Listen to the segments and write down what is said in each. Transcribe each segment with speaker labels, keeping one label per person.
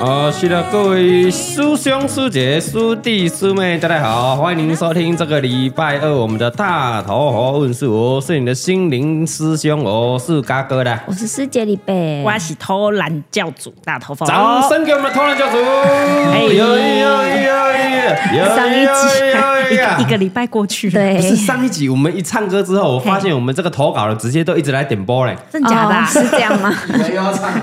Speaker 1: 哦，是的，各位师兄、师姐、师弟、师妹，大家好，欢迎收听这个礼拜二我们的大头佛问世哦，是你的心灵师兄哦，是嘎哥的，
Speaker 2: 我是师姐李贝，
Speaker 3: 我是偷懒教主大头发。
Speaker 1: 掌声给我们的偷懒教主！哎呦呦呦哎呦呦！
Speaker 2: 上一
Speaker 1: 哎
Speaker 2: 集
Speaker 3: 哦一个 一个礼拜过去了，
Speaker 1: 不
Speaker 2: 对，
Speaker 1: 是上一集我们一唱歌之后，我发现我们这个投稿的直接都一直来点 播嘞。
Speaker 3: 真假的
Speaker 2: 哦
Speaker 3: 啊？
Speaker 2: 是这样 吗？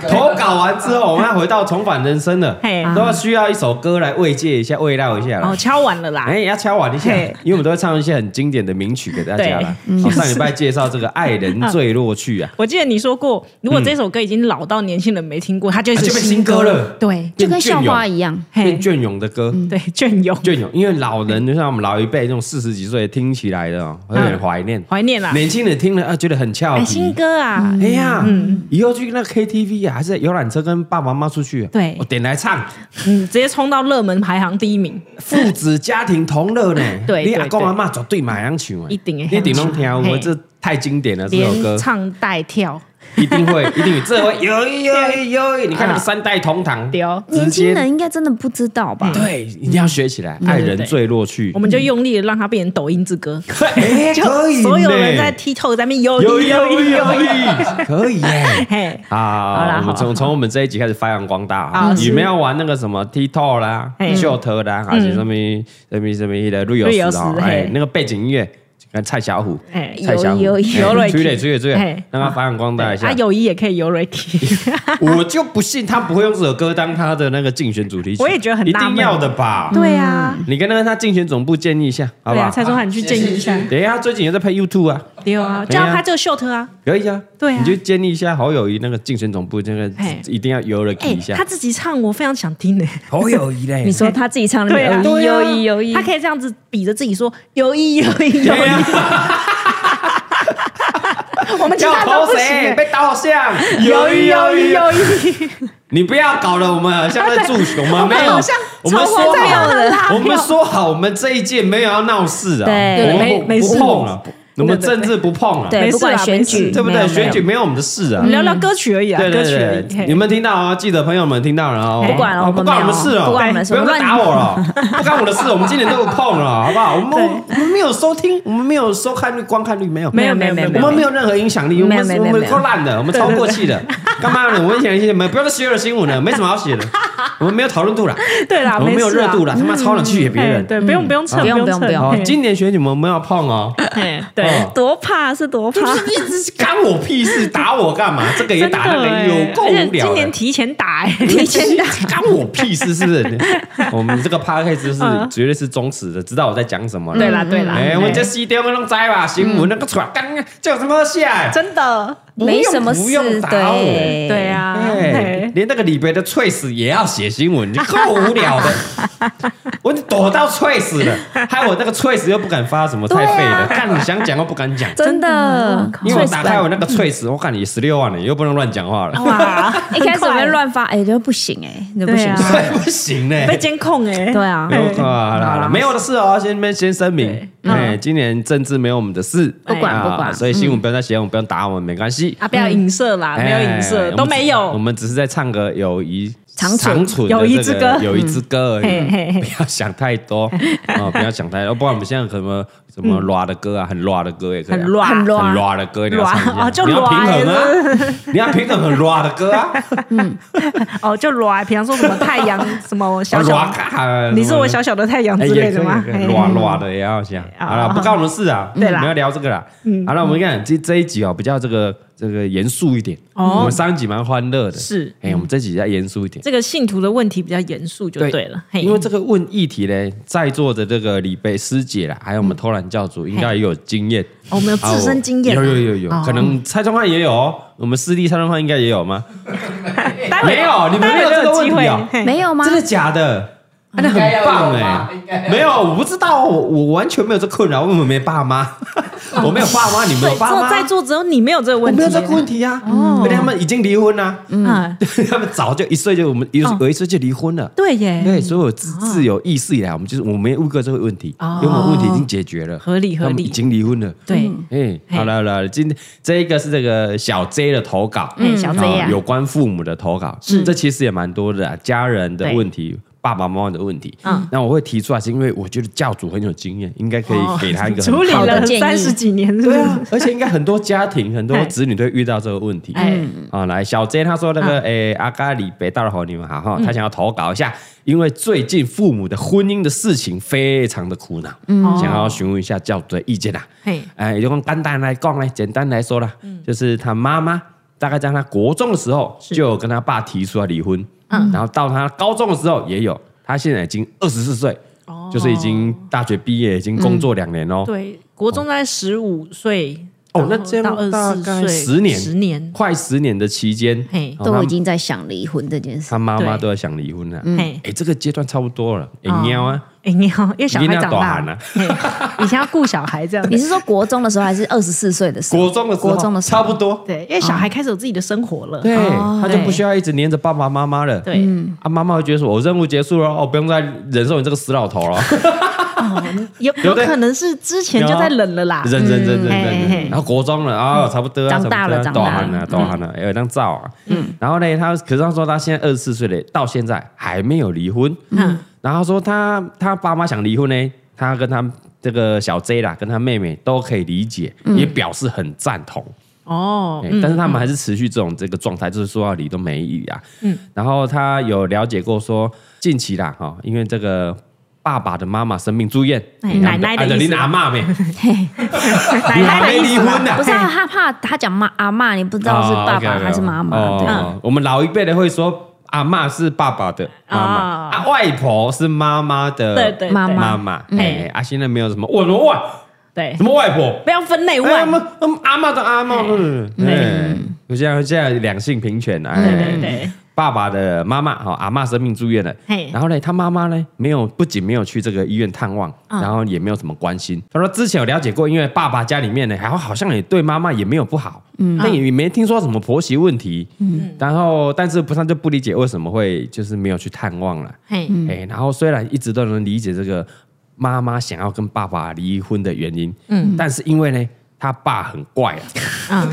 Speaker 1: 投稿完之后，我们要回到重返人生了
Speaker 3: 嘿，
Speaker 1: 都要需要一首歌来慰藉一下、慰劳一下啦
Speaker 3: 哦，。敲完了啦
Speaker 1: 哎、。要敲碗一下，
Speaker 3: 嘿
Speaker 1: 因为我们都会唱一些很经典的名曲给大家啦。
Speaker 3: 嗯
Speaker 1: 我、上礼拜介绍这个《爱人坠落去》啊，
Speaker 3: 我记得你说过，如果这首歌已经老到年轻人没听过，它就
Speaker 1: 啊嗯
Speaker 3: 是
Speaker 1: 就变新歌了
Speaker 3: 对，
Speaker 2: 就
Speaker 1: 变
Speaker 2: 跟校
Speaker 1: 隽
Speaker 2: 花
Speaker 1: 永，
Speaker 2: 一样，
Speaker 1: 变
Speaker 3: 嘿，
Speaker 1: 隽永的歌。
Speaker 3: 对，隽永
Speaker 1: 隽永，因为老人就像我们老一辈那种四十几岁听起来的、哦，会很怀念。
Speaker 3: 嗯怀念啦。
Speaker 1: 年轻人听了啊，觉得很俏
Speaker 3: 哎，
Speaker 1: 皮
Speaker 3: 新。歌啊，
Speaker 1: 哎呀，以后去那个 KTV 啊，还是游览车跟爸爸妈妈出去啊，
Speaker 3: 对
Speaker 1: 我点来唱，
Speaker 3: 嗯，直接冲到热门排行第一名，
Speaker 1: 父子家庭同乐呢。
Speaker 3: 对
Speaker 1: 你
Speaker 3: 对
Speaker 1: 阿公
Speaker 3: 对
Speaker 1: 阿妈绝对买样唱哎，
Speaker 3: 一定会
Speaker 1: 你顶拢听，我
Speaker 3: 嘿
Speaker 1: 这太经典了这首歌
Speaker 3: 连。唱带跳，
Speaker 1: 一定会，一定有这会有有有，你看那个三代同堂，
Speaker 3: 对哦
Speaker 1: 直
Speaker 2: 年
Speaker 1: 接
Speaker 2: 轻人应该真的不知道吧？
Speaker 1: 对，一定要学起来，爱人坠落去
Speaker 3: 我。们就用力的让它变成抖音之歌，
Speaker 1: 哎，
Speaker 3: 就
Speaker 1: 可以呢，
Speaker 3: 所有人在 TikTok 在那边有
Speaker 1: 有
Speaker 3: 有
Speaker 1: 有有
Speaker 3: 有，
Speaker 1: 可以耶。
Speaker 3: 嘿，好
Speaker 1: 啊，
Speaker 3: 啦
Speaker 1: 我们
Speaker 3: 好
Speaker 1: 从
Speaker 3: 啦
Speaker 1: 从我们这一集开始发扬光大啊！
Speaker 3: 啊
Speaker 1: 你们要玩那个什么 TikTok 啦、
Speaker 3: 嘿
Speaker 1: Short 啦，还是什么什么什么的 Reels 啊？
Speaker 3: Reels，
Speaker 1: 哎
Speaker 3: 嘿，
Speaker 1: 那个背景音乐，看蔡小虎，
Speaker 3: 嘿
Speaker 1: 蔡小虎，
Speaker 2: 有有有
Speaker 1: 哎追嘞追嘞追嘞
Speaker 3: 嘿，
Speaker 1: 让他发扬光大一下
Speaker 3: 啊，。友谊也可以有 Ricky，
Speaker 1: 我就不信他不会用这首歌当他的那个竞选主题曲。
Speaker 3: 我也觉得很
Speaker 1: 一
Speaker 3: 纳闷
Speaker 1: 定要的吧？
Speaker 3: 对啊，
Speaker 1: 你跟那个他竞选总部建议一下，好
Speaker 3: 对
Speaker 1: 不好
Speaker 3: 啊，？蔡宗翰你去建议一下，
Speaker 1: 等一下，他最近也在拍 YouTube 啊，
Speaker 3: 对啊，这样他就 short 啊，
Speaker 1: 可以啊。
Speaker 3: 对啊
Speaker 1: 你就建议一下侯友谊那个竞选总部，这个
Speaker 3: 嘿
Speaker 1: 一定要有了
Speaker 3: 哎、
Speaker 1: 一下
Speaker 3: 他。自己唱，我非常想听呢、
Speaker 1: 侯友谊嘞
Speaker 2: 你说他自己唱的
Speaker 3: 对啊
Speaker 2: 有一有一有一，
Speaker 3: 他可以这样子比着自己说有意有意有
Speaker 1: 对
Speaker 3: 意，
Speaker 1: 啊，
Speaker 3: 我们其
Speaker 1: 要
Speaker 3: 他都
Speaker 1: 投
Speaker 3: 不行、
Speaker 1: 谁？
Speaker 3: 欸。
Speaker 1: 被导向
Speaker 3: 有意有意有意，
Speaker 1: 你不要搞了，我们好像在助雄吗？没有，
Speaker 3: 好像
Speaker 1: 我们
Speaker 3: 超啊
Speaker 1: 说
Speaker 3: 过
Speaker 1: 好
Speaker 3: 这样了
Speaker 1: 我们说好，我们这一届没有要闹事啊，
Speaker 2: 对
Speaker 1: 我
Speaker 3: 没
Speaker 1: 们
Speaker 3: 没
Speaker 1: 不不
Speaker 3: 事
Speaker 1: 碰了，我们政治不碰了，
Speaker 2: 对，
Speaker 3: 没事
Speaker 2: 不
Speaker 3: 啦
Speaker 2: 管选
Speaker 3: 没
Speaker 2: 举，
Speaker 3: 事
Speaker 1: 对不
Speaker 2: 没
Speaker 1: 对？
Speaker 2: 有
Speaker 1: 选举，没有我们的事啊
Speaker 3: 我。们聊聊歌曲而已啊，
Speaker 1: 对
Speaker 3: 歌曲
Speaker 1: 对
Speaker 3: 而已。
Speaker 1: 对，
Speaker 3: 嘿
Speaker 1: 你们听到啊？记得朋友们听到了哦，
Speaker 2: 不管了
Speaker 1: 哦
Speaker 2: 我
Speaker 1: 不
Speaker 2: 们
Speaker 1: 关我们
Speaker 2: 没有
Speaker 1: 事哦，
Speaker 2: 不管我们事
Speaker 1: 不用
Speaker 2: 我
Speaker 1: 再
Speaker 2: 们
Speaker 1: 打我了， 不干我的事，我们今年都有空了，好不好？我们我们没有收听，我们没有收看率、观看率，没有，
Speaker 3: 没有没有没有
Speaker 1: 我们没有任何影响力，我
Speaker 2: 没有没
Speaker 1: 们
Speaker 2: 有
Speaker 1: 我
Speaker 2: 没
Speaker 1: 们
Speaker 2: 有
Speaker 1: 够烂的，我们超过气的，干嘛呢？我们讲一些没不要再写了新闻了，没什么好写的，我们没有讨论度了，
Speaker 3: 对啦，
Speaker 1: 我们没有
Speaker 3: 啊事
Speaker 1: 热
Speaker 3: 啦
Speaker 1: 度了，他妈超冷气给别
Speaker 3: 嘿
Speaker 1: 人。嗯
Speaker 3: 对，不用不用蹭，
Speaker 2: 不用
Speaker 3: 蹭
Speaker 2: 不用
Speaker 1: 哦
Speaker 2: 不，
Speaker 3: 嘿
Speaker 1: 今年选举我们要碰哦，
Speaker 3: 嘿对
Speaker 1: 哦
Speaker 2: 多怕是多怕，
Speaker 1: 这干我屁事，打我干嘛？这个也
Speaker 3: 真的
Speaker 1: 打那个，
Speaker 3: 欸
Speaker 1: 有够
Speaker 3: 而且
Speaker 1: 无聊的
Speaker 3: 今年。提前打哎，
Speaker 2: 提前打，
Speaker 1: 干我屁事是不是？我们这个 p a c k a g e 是绝对是忠实的，知道我在讲什么的。
Speaker 3: 嗯对啦嗯对啦，
Speaker 1: 哎，
Speaker 3: 嘿
Speaker 1: 我们这西点我弄摘吧，新闻那个传刚这有什么下？
Speaker 3: 真的
Speaker 1: 不用
Speaker 2: 没什么事
Speaker 1: 不用打我。
Speaker 2: 对
Speaker 3: 对啊，
Speaker 1: 哎
Speaker 3: 嘿，
Speaker 1: 连那个李白的翠死也要写新闻，你 够无聊 的。我躲到翠死了，害我那个翠死又不敢发什么，
Speaker 3: 啊
Speaker 1: 太废了。看你想讲又不敢 讲，
Speaker 2: 真的，
Speaker 1: 因为我打开我
Speaker 2: 我
Speaker 1: 那个翠死，我看你十六万了，你又不能乱讲话
Speaker 3: 哦
Speaker 1: 了，
Speaker 3: 哇，
Speaker 2: 一开始我
Speaker 3: 很快
Speaker 2: 会乱发，哎，这不行哎，这不
Speaker 3: 对
Speaker 2: 行
Speaker 3: 啊，
Speaker 1: 对， 不行呢。
Speaker 3: 被监控哎，
Speaker 2: 对啊
Speaker 1: 没，有好啦好啦，没有的事哦，先先先声明，哎，今年政治没有我们的事，
Speaker 2: 不管
Speaker 1: 啊
Speaker 2: 不管
Speaker 1: 所以新闻不要再写，我们不用打我们，没关系。
Speaker 3: 嗯啊，不要影射啦，没有影
Speaker 1: 哎
Speaker 3: 射，都没
Speaker 1: 我们只我
Speaker 3: 有。
Speaker 1: 们只是在唱个友谊
Speaker 2: 长存
Speaker 1: 存
Speaker 3: 友谊之歌
Speaker 1: 歌，友谊之歌而
Speaker 3: 嗯嘿嘿
Speaker 1: 已，
Speaker 3: 嘿
Speaker 1: 不要想太 多啊，不要想太多，不然我们现在有什么什么软的歌啊，很软的歌也可以啊，
Speaker 3: 嗯很软
Speaker 1: 很
Speaker 3: 很
Speaker 2: 软
Speaker 1: 软的歌，你要
Speaker 3: 软
Speaker 1: 唱一下
Speaker 3: 哦就
Speaker 1: 你要平
Speaker 3: 软
Speaker 1: 衡啊，你要平衡很软的歌啊，
Speaker 3: 哦，就软，比方说什么太 阳，什么 小
Speaker 1: 软
Speaker 3: 小，
Speaker 1: 啊
Speaker 3: 你是我
Speaker 1: 什么
Speaker 3: 小小的太阳
Speaker 1: 哎
Speaker 3: 之
Speaker 1: 也
Speaker 3: 类
Speaker 1: 可
Speaker 3: 的
Speaker 1: 以
Speaker 3: 吗
Speaker 1: 也？可以
Speaker 3: 嘿
Speaker 1: 软软的也要想。
Speaker 3: 哦
Speaker 1: 好了，不关我们事啊。
Speaker 3: 对
Speaker 1: 我
Speaker 3: 啦嗯
Speaker 1: 们要聊这个啦。好了，我们看这这一集哦，比较这个这个严肃一点。
Speaker 3: 哦
Speaker 1: 我们上一集蛮欢乐的，
Speaker 3: 是
Speaker 1: 哎，我们这集要严肃一点。
Speaker 3: 这个信徒的问题比较严肃，就对了。嘿
Speaker 1: 因为这个问议题呢，在座的这个李贝师姐啦，还有我们偷懒教主，应该也有经验。
Speaker 3: 嗯哦我们有
Speaker 1: 啊
Speaker 3: 自身
Speaker 1: 我
Speaker 3: 经验啊
Speaker 1: 有有有有，可能蔡宗汉也有哦，我们师弟蔡宗汉应该也有吗？
Speaker 3: 待会
Speaker 1: 没有你们没有
Speaker 3: 待
Speaker 1: 这个
Speaker 3: 会就有机
Speaker 1: 问题
Speaker 3: 会
Speaker 1: 啊
Speaker 3: 嘿
Speaker 2: 没有吗
Speaker 1: 真？的假的？啊那很棒哎、 没有，我不知道，我我完全没有这困扰，因为我没爸妈，
Speaker 3: 哦
Speaker 1: 我没有爸妈，你们有
Speaker 3: 对，
Speaker 1: 爸
Speaker 3: 坐
Speaker 1: 妈？
Speaker 3: 在座只有你没有这个
Speaker 1: 我
Speaker 3: 问题，
Speaker 1: 没
Speaker 3: 嗯哦
Speaker 1: 有这个问题啊，而且他们已经离婚 啦、
Speaker 3: 啊，
Speaker 1: 他们早就一岁就我们有有一岁就离婚了。
Speaker 3: 哦对哦耶，
Speaker 1: 对，所以我自自有意识以来，我们就是我没问过这个问题，因为我们问题已经解决了，
Speaker 3: 哦合理合
Speaker 1: 他们
Speaker 3: 理
Speaker 1: 已经离婚了。
Speaker 3: 对，
Speaker 1: 哎，
Speaker 3: 嘿
Speaker 1: 好了好了，今天这一个是这个小 J 的投稿，
Speaker 4: 嗯小 J 啊嗯
Speaker 1: 有关父母的投稿，是这其实也蛮多的啊，家人的问题。爸爸妈妈的问题，嗯，那我会提出来，是因为我觉得教主很有经验，应该可以给他一个很
Speaker 4: 哦处理
Speaker 1: 好的
Speaker 4: 了
Speaker 2: 的建议
Speaker 4: 三十几年，是不
Speaker 1: 对
Speaker 4: 是？
Speaker 1: 啊，而且应该很多家庭、很多子女都会遇到这个问题。
Speaker 4: 哎嗯
Speaker 1: 啊，来，小 J 他说那个，诶，阿咖里北大的好，你们好哈，他想要投稿一下，因为最近父母的婚姻的事情非常的苦恼，
Speaker 4: 嗯
Speaker 3: 嗯
Speaker 1: 想
Speaker 3: 哦
Speaker 4: 哦
Speaker 1: 要询问一下教主的意见啦。
Speaker 4: 嘿
Speaker 1: 哎，也就用单单来讲呢，简单来说啦，就是他妈妈大概在他国中的时候就有跟他爸提出要离婚，然后到他高中的时候也有，他现在已经二十四岁。就是已经大学毕业，已经工作两年哦。
Speaker 3: 对，国中在十五岁，
Speaker 1: 哦，那
Speaker 3: 然后
Speaker 1: 这
Speaker 3: 嗯到
Speaker 1: 样大
Speaker 3: 24
Speaker 1: 概
Speaker 3: 岁
Speaker 1: 十年，
Speaker 3: 十年
Speaker 1: 快十年的期间，
Speaker 3: 嘿
Speaker 1: 哦
Speaker 2: 都
Speaker 1: 他
Speaker 2: 已经在想离婚这件事。
Speaker 1: 他妈妈
Speaker 3: 对嗯
Speaker 1: 都要想离婚了。
Speaker 3: 嘿，
Speaker 1: 哎，这个阶段差不多了，哎喵啊，
Speaker 4: 哎，你好，因为小孩长大
Speaker 1: 你那大啊
Speaker 4: 嘿以前要顾小孩这样
Speaker 2: 你
Speaker 4: 子，
Speaker 2: 是说国中的时候还是二十四岁的时候？
Speaker 1: 国中的时候，
Speaker 2: 国中的时
Speaker 1: 差
Speaker 2: 候
Speaker 1: 不多，
Speaker 4: 对，因为小孩开始有自己的生活了，
Speaker 1: 啊对，
Speaker 2: 哦
Speaker 1: 他就不需要一直黏着爸爸妈妈了。
Speaker 3: 对，
Speaker 1: 啊，妈妈会觉得说，我任务结束了，哦，不用再忍受你这个死老头 了，
Speaker 2: 啊
Speaker 4: 有
Speaker 1: 对
Speaker 4: 有
Speaker 1: 不对
Speaker 4: 可能是之前就在冷了啦，
Speaker 1: 忍忍忍
Speaker 2: 嗯
Speaker 1: 忍
Speaker 4: 嘿嘿
Speaker 1: 忍。然后国中了啊，差不多啊，
Speaker 2: 长大了
Speaker 1: 差
Speaker 2: 长
Speaker 1: 不多
Speaker 2: 大
Speaker 1: 啊大
Speaker 2: 了
Speaker 1: 汉了，大汉了，哎，有张照啊。嗯，然后呢，他可是他说他现在二十四岁了，到现在还没有离婚。
Speaker 3: 嗯，
Speaker 1: 然后说他他爸妈想离婚呢，他跟他这个小 J 啦，跟他妹妹都可以理解，
Speaker 2: 嗯
Speaker 1: 也表示很赞同。
Speaker 3: 哦
Speaker 1: 哎，但是他们还是持续这种这个状态，就是说要离都没理啊。嗯，然后他有了解过说，近期啦哈，因为这个爸爸的妈妈生病住院，
Speaker 3: 哎
Speaker 1: 然后
Speaker 3: 奶奶的
Speaker 1: 啊就
Speaker 3: 意
Speaker 1: 你
Speaker 3: 思
Speaker 1: 阿妈没，你
Speaker 4: 奶
Speaker 1: 还
Speaker 4: 奶
Speaker 1: 没
Speaker 4: 的意
Speaker 1: 离
Speaker 4: 思啦
Speaker 1: 婚呢
Speaker 2: 不。是啊，他怕他讲妈阿妈，你不知道是爸爸还是妈妈，
Speaker 1: 哦
Speaker 2: 对，
Speaker 1: 哦我们老一辈的会说。阿妈是爸爸的妈妈，
Speaker 3: 哦
Speaker 1: 啊，外婆是妈妈的
Speaker 3: 对对对
Speaker 2: 妈妈
Speaker 1: 妈妈。哎
Speaker 3: 哎，
Speaker 1: 啊，现在没有什么外什么外
Speaker 3: 对
Speaker 1: 什，么外婆，
Speaker 3: 不要分内
Speaker 1: 哎，
Speaker 3: 外
Speaker 1: 我，们我们阿妈的阿妈，嗯，哎，我现在现在两性平权，
Speaker 3: 对
Speaker 1: 哎
Speaker 3: 对，对，
Speaker 1: 爸爸的妈妈哈，阿妈生病住院了
Speaker 3: 嘿，
Speaker 1: 然后呢，他妈妈呢，没有不仅没有去这个医院探望，然后也没有什么关心。他说之前有了解过，因为爸爸家里面呢，还好好像也对妈妈也没有不好，嗯，但也没听说什么婆媳问题，嗯，然后但是不他就不理解为什么会就是没有去探望了，
Speaker 3: 嘿，
Speaker 4: 嗯
Speaker 1: 哎、然后虽然一直都能理解这个妈妈想要跟爸爸离婚的原因，嗯，但是因为呢，他爸很怪啊，
Speaker 4: 嗯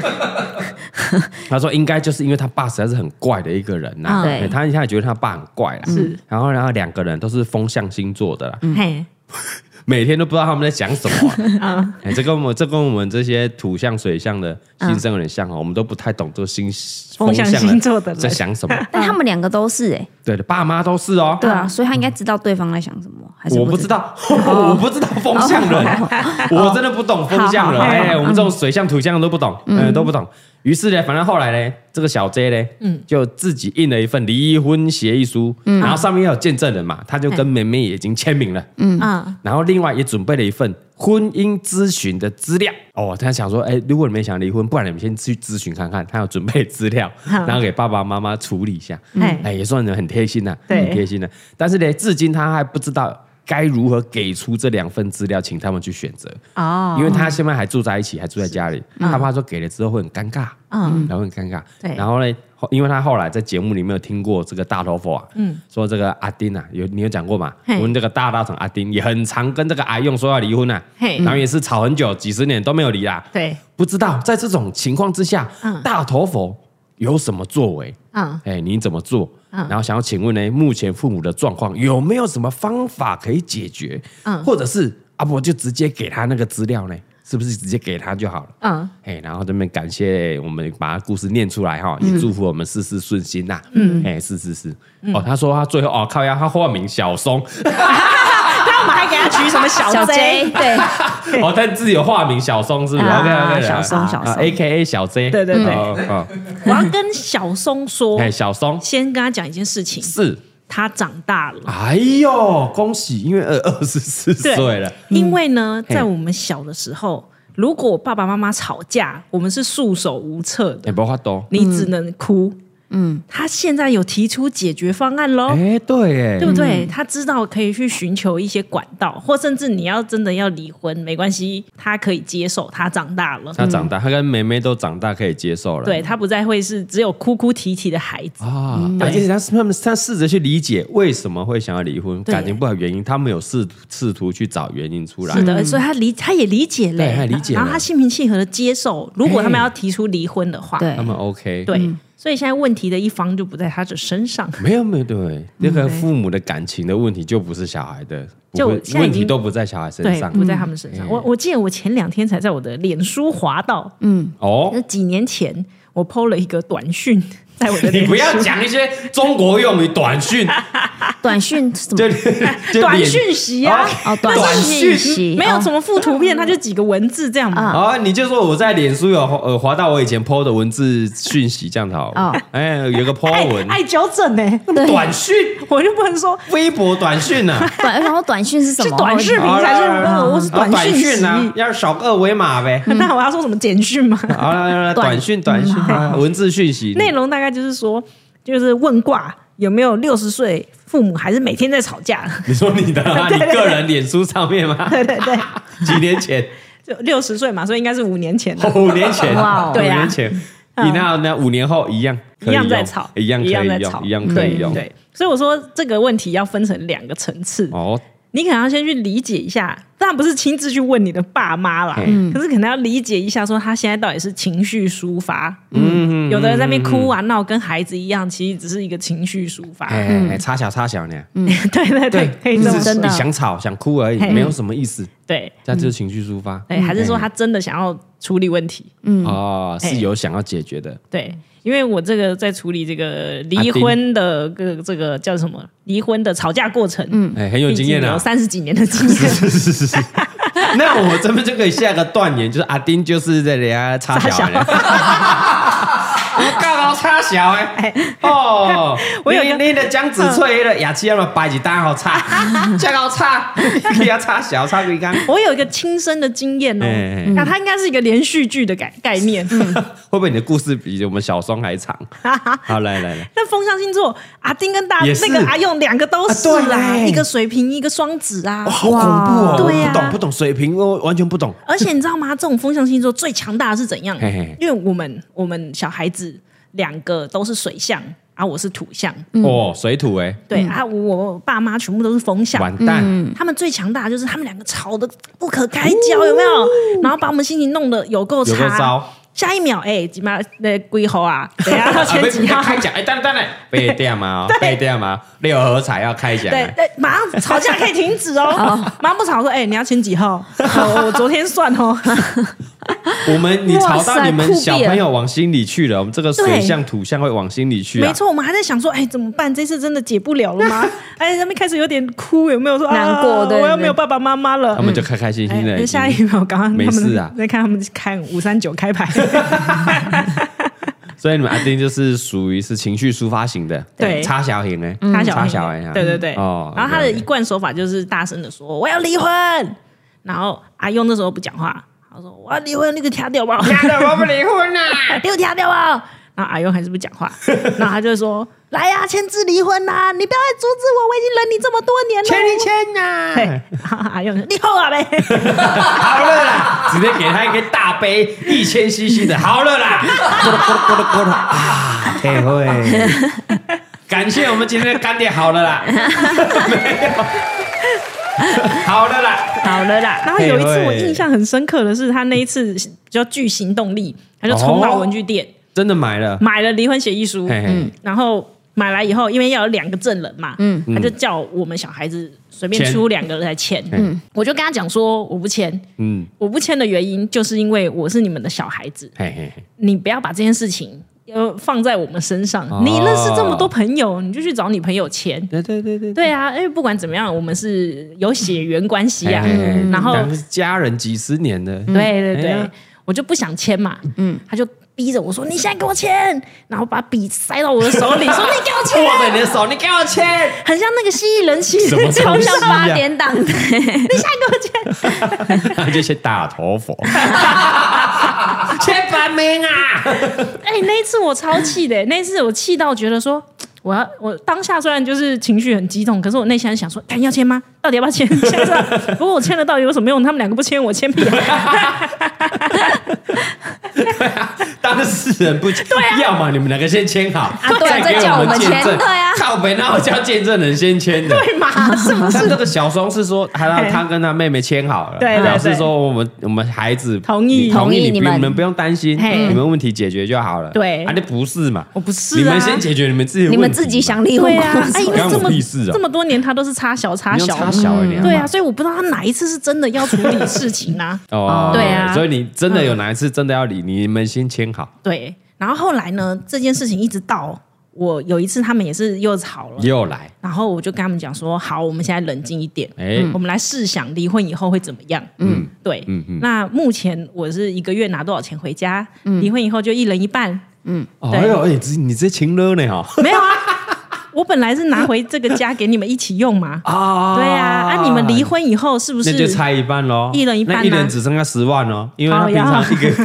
Speaker 1: 他说应该就是因为他爸实在是很怪的一个人呐、
Speaker 3: 嗯
Speaker 1: 对他一下觉得他爸很怪啦，是，然后然后两个人都是风象星座的啦，
Speaker 3: 嘿，
Speaker 1: 每天都不知道他们在讲什么、
Speaker 4: 嗯
Speaker 1: 啊。哎、这跟我们这跟我们这些土象水象的新生有点像哦，我们都不太懂这个星
Speaker 4: 风象星座的人
Speaker 1: 在想什么。
Speaker 2: 但他们两个都是哎，
Speaker 1: 对的，爸妈都是哦。
Speaker 2: 对啊，所以他应该知道对方在想什么，还是
Speaker 1: 我不知
Speaker 2: 知
Speaker 1: 道， 我不知道风向人， 我真的不懂风向人。
Speaker 4: 好好好
Speaker 1: 哎，我们这种水象、土象都不懂，嗯，都不懂。于是呢，反正后来呢，这个小 J 呢，就自己印了一份离婚协议书，然后上面要有见证人嘛，他就跟梅梅已经签名了，
Speaker 3: 嗯啊，
Speaker 1: 然后另外也准备了一份婚姻咨询的资料。哦，他想说，哎，如果你们想离婚，不然你们先去咨询看看。他有准备资料，
Speaker 3: 好
Speaker 1: 然后给爸爸妈妈处理一下。
Speaker 4: 哎
Speaker 1: 哎，也算人很贴心呐、
Speaker 4: 对
Speaker 1: 很贴心的、但是呢，至今他还不知道该如何给出这两份资料，请他们去选择。
Speaker 3: 哦，嗯
Speaker 1: 因为他现在还住在一起，还住在家里，他怕说给了之后会很尴尬，嗯，然后很尴尬。
Speaker 3: 对
Speaker 1: 然后呢，后因为他后来在节目里面有听过这个大头佛啊，嗯，说这个阿丁啊，有你有讲过嘛？
Speaker 3: 嘿
Speaker 1: 我们这个大大厂阿丁也很常跟这个阿用说要离婚啊，
Speaker 3: 嘿
Speaker 1: 然后也是吵很久，几十年都没有离啦。
Speaker 3: 对，
Speaker 1: 不知道在这种情况之下，大头佛有什么作为？
Speaker 3: 嗯，
Speaker 1: 哎，你怎么做？然后想要请问呢，目前父母的状况有没有什么方法可以解决？
Speaker 3: 嗯
Speaker 1: 或者是啊，我就直接给他那个资料呢？是不是直接给他就好了？
Speaker 3: 嗯，
Speaker 1: 哎，然后这边感谢我们把故事念出来哈，也祝福我们事事顺心呐、嗯，哎，是是是。哦，他说他最后哦靠呀，他化名小松，
Speaker 3: 那我们还给他取什么
Speaker 2: 道
Speaker 3: 小 J？
Speaker 2: 对，
Speaker 1: 哦，他自己有化名小松是不是
Speaker 2: 啊
Speaker 1: ？OK OK，
Speaker 2: 小松小松
Speaker 1: 啊 a K A 小 J，
Speaker 3: 对对对
Speaker 1: 哦哦
Speaker 3: 我要跟小松说
Speaker 1: 哎，，小松
Speaker 3: 先跟他讲一件事情，
Speaker 1: 是，
Speaker 3: 他长大了。
Speaker 1: 哎呦，恭喜，因为二二十四
Speaker 3: 对
Speaker 1: 岁了，
Speaker 3: 因为呢，
Speaker 1: 嘿
Speaker 3: 在我们小的时候，如果爸爸妈妈吵架，我们是束手无策的，
Speaker 1: 也不法多，
Speaker 3: 你只能哭。
Speaker 2: 嗯，
Speaker 3: 他现在有提出解决方案喽。
Speaker 1: 哎，对耶，
Speaker 3: 哦对不对？他知道可以去寻求一些管道，或甚至你要真的要离婚，没关系，他可以接受。他长大了，
Speaker 1: 他长大，他跟妹妹都长大，可以接受了。
Speaker 3: 对嗯他不再会是只有哭哭啼啼的孩子。
Speaker 1: 啊，而且他他们他试着去理解为什么会想要离婚，
Speaker 3: 对
Speaker 1: 感情不好的原因，他们有试试图去找原因出来。
Speaker 3: 是的，所以他理他也理解嘞
Speaker 1: 啊对他也理解了
Speaker 3: 然后他心平气和的接受。如果他们要提出离婚的话，
Speaker 2: 哎对嗯
Speaker 1: 他，们 OK，，
Speaker 3: 对所以现在问题的一方就不在他的身上。
Speaker 1: 没有没有对，那个父母的感情的问题就不是小孩的，
Speaker 3: 嗯就
Speaker 1: 不会
Speaker 3: 现在已经
Speaker 1: 问题都不在小孩身
Speaker 3: 对，
Speaker 1: 上嗯
Speaker 3: 不在他们身上。我我记得我前两天才在我的脸书滑到，
Speaker 2: 嗯，
Speaker 1: 哦
Speaker 3: 那。几年前我 PO 了一个短 讯在我的脸
Speaker 1: 你
Speaker 3: 书，
Speaker 1: 不要讲一些中国用语短 讯，
Speaker 2: 短讯是什么
Speaker 1: 就就
Speaker 3: 短
Speaker 1: 脸
Speaker 3: 讯息啊，
Speaker 2: 哦，短
Speaker 1: 短
Speaker 2: 讯
Speaker 1: 讯
Speaker 2: 息
Speaker 3: 没有什么附图片，它就几个文字这样嘛。
Speaker 2: 啊
Speaker 1: 啊，你就说我在脸书有呃划到我以前 PO 的文字讯息这样子好了
Speaker 2: 哦
Speaker 1: 哎，有个 PO 文
Speaker 3: 爱纠正呢、
Speaker 2: 对
Speaker 1: 短讯，
Speaker 3: 我就不能说
Speaker 1: 微博短讯啊呐，
Speaker 2: 短，我想说短讯是什
Speaker 3: 是
Speaker 2: 么？
Speaker 3: 短视频
Speaker 1: 好啦
Speaker 3: 才是，
Speaker 1: 好啦
Speaker 3: 呃我是
Speaker 1: 啊
Speaker 3: 短讯息。
Speaker 1: 啊，要扫二维码呗。
Speaker 3: 那我要说什么简讯吗？
Speaker 1: 好了，好了
Speaker 2: 短
Speaker 1: 短讯短讯
Speaker 3: 嗯
Speaker 1: 啊文字讯息，
Speaker 3: 内容大概就是说，就是问卦有没有六十岁父母还是每天在吵架？
Speaker 1: 你说你的啊你个人脸书上面吗？
Speaker 3: 对对 对，
Speaker 1: 几年 前，
Speaker 3: 就六十岁嘛，所以应该是五年前的。
Speaker 1: 五年前，
Speaker 2: 哇哦
Speaker 1: 五
Speaker 3: 对啊
Speaker 1: 年前，你那那五年后一样可以
Speaker 3: 一样在
Speaker 1: 用
Speaker 3: 吵
Speaker 1: 一样可
Speaker 3: 一样在
Speaker 1: 以
Speaker 3: 吵
Speaker 1: 用，一样可以用。
Speaker 3: 对，所以我说这个问题要分成两个层次，
Speaker 1: 哦，
Speaker 3: 你可能要先去理解一下，当然不是亲自去问你的爸妈啦，
Speaker 1: 嗯
Speaker 3: 可是可能要理解一下，说他现在到底是情绪抒发，嗯，有的人在那边哭啊闹，跟孩子一样，其实只是一个情绪抒发，
Speaker 1: 哎，哎插小插小呢，
Speaker 3: 对 对对，可以
Speaker 1: 就
Speaker 3: 这
Speaker 1: 是
Speaker 3: 么
Speaker 2: 真的
Speaker 1: 想吵想哭而已，
Speaker 3: 嘿
Speaker 1: 没有什么意思，
Speaker 3: 对。
Speaker 1: 这样就是情绪抒发。嗯
Speaker 3: 对，还是说他嗯哎真的想要处理问题？
Speaker 1: 哦，
Speaker 3: 嘿
Speaker 1: 是有想要解决的，
Speaker 3: 对，因为我这个在处理这个离婚的个这个叫什么离婚的吵架过程，嗯，
Speaker 1: 哎，很有经验啊
Speaker 3: 有。三十几年的经 验，
Speaker 1: 是是是是。那我这边就可以下个断言，就是阿丁就是在人家插小人，刚好插小哎、哦，
Speaker 3: 我有
Speaker 1: 你
Speaker 3: 个
Speaker 1: 你的姜子翠的牙齿要么摆一单好插，
Speaker 3: 嗯
Speaker 1: 下高插， 你要插小插几缸，
Speaker 3: 我有一个亲身的经验哦，
Speaker 1: 哎嗯
Speaker 3: 那它应该是一个连续剧的概概念。
Speaker 1: 会不会你的故事比我们小双还 长？好，来来来，
Speaker 3: 那风象星座，阿丁跟大
Speaker 1: 也是
Speaker 3: 那个阿用两个都是
Speaker 1: 啊
Speaker 3: 啦，
Speaker 1: 对
Speaker 3: 一个水瓶，一个双子啊。
Speaker 1: 好恐怖哦，
Speaker 3: 对呀
Speaker 1: 我不懂不懂水平，我完全不懂。
Speaker 3: 而且你知道吗？这种风象星座最强大的是怎样
Speaker 1: 嘿嘿？
Speaker 3: 因为我们我们小孩子两个都是水象，啊，我是土象，
Speaker 1: 哦，水土哎、
Speaker 3: 对啊，我我爸妈全部都是风象，
Speaker 1: 完蛋，
Speaker 3: 他们最强大的就是他们两个吵得不可开交，有没有？然后把我们心情弄得有够
Speaker 1: 有个
Speaker 3: 差。
Speaker 1: 招。
Speaker 3: 下一秒，哎、几妈那龟猴啊，等一下要
Speaker 1: 啊
Speaker 3: 前几
Speaker 1: 要
Speaker 3: 号？
Speaker 1: 开奖，哎，等等 等，背掉嘛，
Speaker 3: 对
Speaker 1: 背掉嘛，六合彩要开奖，哎
Speaker 3: 对对，马上吵架可以停 止哦，马上不吵说，哎、你要签几号？哦我昨天算哦，
Speaker 1: 啊我们你
Speaker 2: 哇
Speaker 1: 吵
Speaker 2: 塞
Speaker 1: 到你们
Speaker 2: 酷毙
Speaker 1: 小
Speaker 2: 了
Speaker 1: 朋友往心里去了，我们这个水
Speaker 3: 对
Speaker 1: 象土象会往心里去啊，
Speaker 3: 没错，我们还在想说，哎、怎么办？这次真的解不了了 吗？哎，他们开始有点哭，有没有说啊
Speaker 2: 难过对
Speaker 3: 我又
Speaker 2: 对
Speaker 3: 没有爸爸妈妈了
Speaker 1: 他。们就开开心心的
Speaker 3: 哎，
Speaker 1: 已
Speaker 3: 下
Speaker 1: 经
Speaker 3: 一秒，刚刚
Speaker 1: 没
Speaker 3: 他们
Speaker 1: 事啊
Speaker 3: 在看他们看五三九 开牌，
Speaker 1: 所以你们阿丁就是属于是情绪抒发型的，
Speaker 3: 对
Speaker 1: 插小型呢，
Speaker 3: 他小
Speaker 1: 插
Speaker 3: 孩
Speaker 1: 小型啊，
Speaker 3: 对对对。
Speaker 1: 哦，
Speaker 3: 然后他的
Speaker 1: OK，OK
Speaker 3: 一贯手法就是大声的说：“我要离婚。”然后阿用那时候不讲话，他说：“我要离婚，那个掐掉吧，
Speaker 1: 假的，我不离婚啦，
Speaker 3: 给我啊掐掉吧。”然后阿用还是不讲话，然后他就说：“来呀、签字离婚呐、你不要再阻止我，我已经忍你这么多年了。”
Speaker 1: 签一签
Speaker 3: 啊
Speaker 1: 呐，
Speaker 3: 对，然后阿用说：“你后啊呗。
Speaker 1: 好了啦，直接给他一个大杯一千 CC 的，好了啦，咕噜咕噜咕噜咕噜啊，太会，感谢我们今天的干爹，好了啦，没 有，好了啦。”
Speaker 3: 好了啦。然后有一次
Speaker 1: 嘿
Speaker 3: 我
Speaker 1: 喂
Speaker 3: 印象很深刻的是，他那一次比较具行动力，他就冲到文具店、
Speaker 1: 真的买了，
Speaker 3: 买了离婚协议书。
Speaker 1: 嘿嘿，
Speaker 3: 然后买来以后，因为要有两个证人嘛，
Speaker 2: 嗯
Speaker 3: 他就叫我们小孩子随便
Speaker 1: 签
Speaker 3: 出两个来签，
Speaker 1: 嗯
Speaker 3: 嗯，我就跟他讲说我不签，
Speaker 1: 嗯，
Speaker 3: 我不签的原因就是因为我是你们的小孩子，
Speaker 1: 嘿嘿嘿，
Speaker 3: 你不要把这件事情。呃，放在我们身上
Speaker 1: 哦，
Speaker 3: 你认识这么多朋友，你就去找你朋友签。
Speaker 1: 对对对对，
Speaker 3: 对啊，因为不管怎么样，我们是有血缘关系啊。
Speaker 1: 嘿嘿嘿
Speaker 3: 然后
Speaker 1: 两个是家人几十年的，
Speaker 3: 对对对，
Speaker 1: 哎呀
Speaker 3: 我就不想签嘛，嗯，他就逼着我说你现在给我签，然后把笔塞到我的 手里，说你给我签，啊
Speaker 1: 握着你的手，你给我 签，
Speaker 3: 很像那个蜥蜴人骑士
Speaker 1: 什么
Speaker 3: 超
Speaker 1: 东西
Speaker 3: 像
Speaker 2: 像
Speaker 1: 啊
Speaker 2: 八点 档的，
Speaker 1: 这些大头佛，签吧，烂命啊！
Speaker 3: 哎、那一次我超气的、那一次我气到觉得说，我要我当下虽然就是情绪很激动，可是我内心还是想说，干要签吗？到底要不要签？ 签是吧不过我签了到底有什么用？他们两个不签，我签屁、 啊！
Speaker 1: 当事人不签，
Speaker 3: 啊
Speaker 1: 要么你们两个先签好，
Speaker 2: 对啊
Speaker 1: 给
Speaker 2: 再叫
Speaker 1: 我
Speaker 2: 我们
Speaker 1: 见
Speaker 2: 签
Speaker 1: 证。
Speaker 2: 对啊
Speaker 1: 靠北，那我叫见证人先签的。
Speaker 3: 对嘛？是不
Speaker 1: 但
Speaker 3: 是
Speaker 1: 这个小松是说，他让
Speaker 3: 嘿
Speaker 1: 他跟他妹妹签好了，
Speaker 3: 对对
Speaker 1: 表示
Speaker 3: 对
Speaker 1: 说我们我们孩子
Speaker 3: 同意
Speaker 1: 你同
Speaker 2: 同意
Speaker 1: 你
Speaker 2: 你
Speaker 1: 不
Speaker 2: 们
Speaker 1: 你们不用担心，
Speaker 3: 嘿
Speaker 1: 你们问题解决就好了。
Speaker 3: 对
Speaker 1: 啊，那不是嘛？
Speaker 3: 我不是、啊，
Speaker 1: 你们先解决你们自己的问
Speaker 2: 你
Speaker 1: 题，
Speaker 2: 们自己想离婚
Speaker 3: 对啊，哎，
Speaker 2: 公司
Speaker 3: 因为
Speaker 1: 关
Speaker 3: 这
Speaker 1: 我
Speaker 3: 么
Speaker 1: 屁事啊
Speaker 3: 这么多年，他都是插小插
Speaker 1: 你要
Speaker 3: 小
Speaker 1: 插
Speaker 3: 嘛，
Speaker 1: 小而已啊。。
Speaker 3: 对啊，所以我不知道他哪一次是真的要处理事情啊
Speaker 1: 哦，
Speaker 2: 对
Speaker 3: 啊
Speaker 1: 所以你真的有哪一次真的要理，你们先签好，
Speaker 3: 对，然后后来呢，这件事情一直到我有一次他们也是又吵了，
Speaker 1: 又来，
Speaker 3: 然后我就跟他们讲说，好，我们现在冷静一点，
Speaker 1: 哎，
Speaker 3: 我们来试想离婚以后会怎么样。嗯，对，
Speaker 1: 嗯嗯
Speaker 3: 那目前我是一个月拿多少钱回家？离婚以后就一人一半，
Speaker 1: 哦
Speaker 3: 对
Speaker 1: 哎呦，哎，这你这情勒呢哈，
Speaker 3: 没有啊？我本来是拿回这个家给你们一起用嘛。
Speaker 1: 啊
Speaker 3: 对啊，啊，你们离婚以后是不
Speaker 1: 那
Speaker 3: 是
Speaker 1: 就拆一半喽，
Speaker 3: 一人一半啊
Speaker 1: 那一人只剩下十万哦，因为他
Speaker 3: 好
Speaker 1: 平常 一个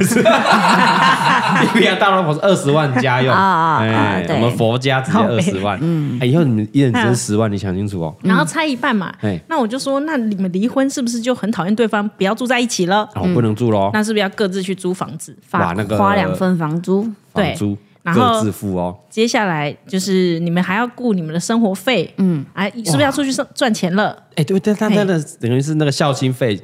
Speaker 1: 一个月大老婆是二十万家用
Speaker 2: 啊啊啊
Speaker 1: 哎，
Speaker 2: 对
Speaker 1: 我们佛家直接
Speaker 3: 靠
Speaker 1: 二
Speaker 3: 北
Speaker 1: 十万，嗯，以后你们一人只剩
Speaker 3: 嗯
Speaker 1: 十万，你想清楚哦。
Speaker 3: 然后拆一半嘛
Speaker 1: 嘿。
Speaker 3: 那我就说，那你们离婚是不是就很讨厌对方，不要住在一起了？
Speaker 1: 哦，不能住喽，
Speaker 3: 那是不是要各自去租房子？
Speaker 1: 哇
Speaker 2: 发
Speaker 1: 那个
Speaker 2: 花两份房租，
Speaker 1: 房
Speaker 3: 对
Speaker 1: 租
Speaker 3: 然
Speaker 1: 各
Speaker 3: 后
Speaker 1: 自付哦。
Speaker 3: 接下来就是你们还要顾你们的生活费，嗯，哎，是不是要出去上赚钱了？
Speaker 1: 哎，对，但但
Speaker 3: 嘿
Speaker 1: 但的等于是那个孝心费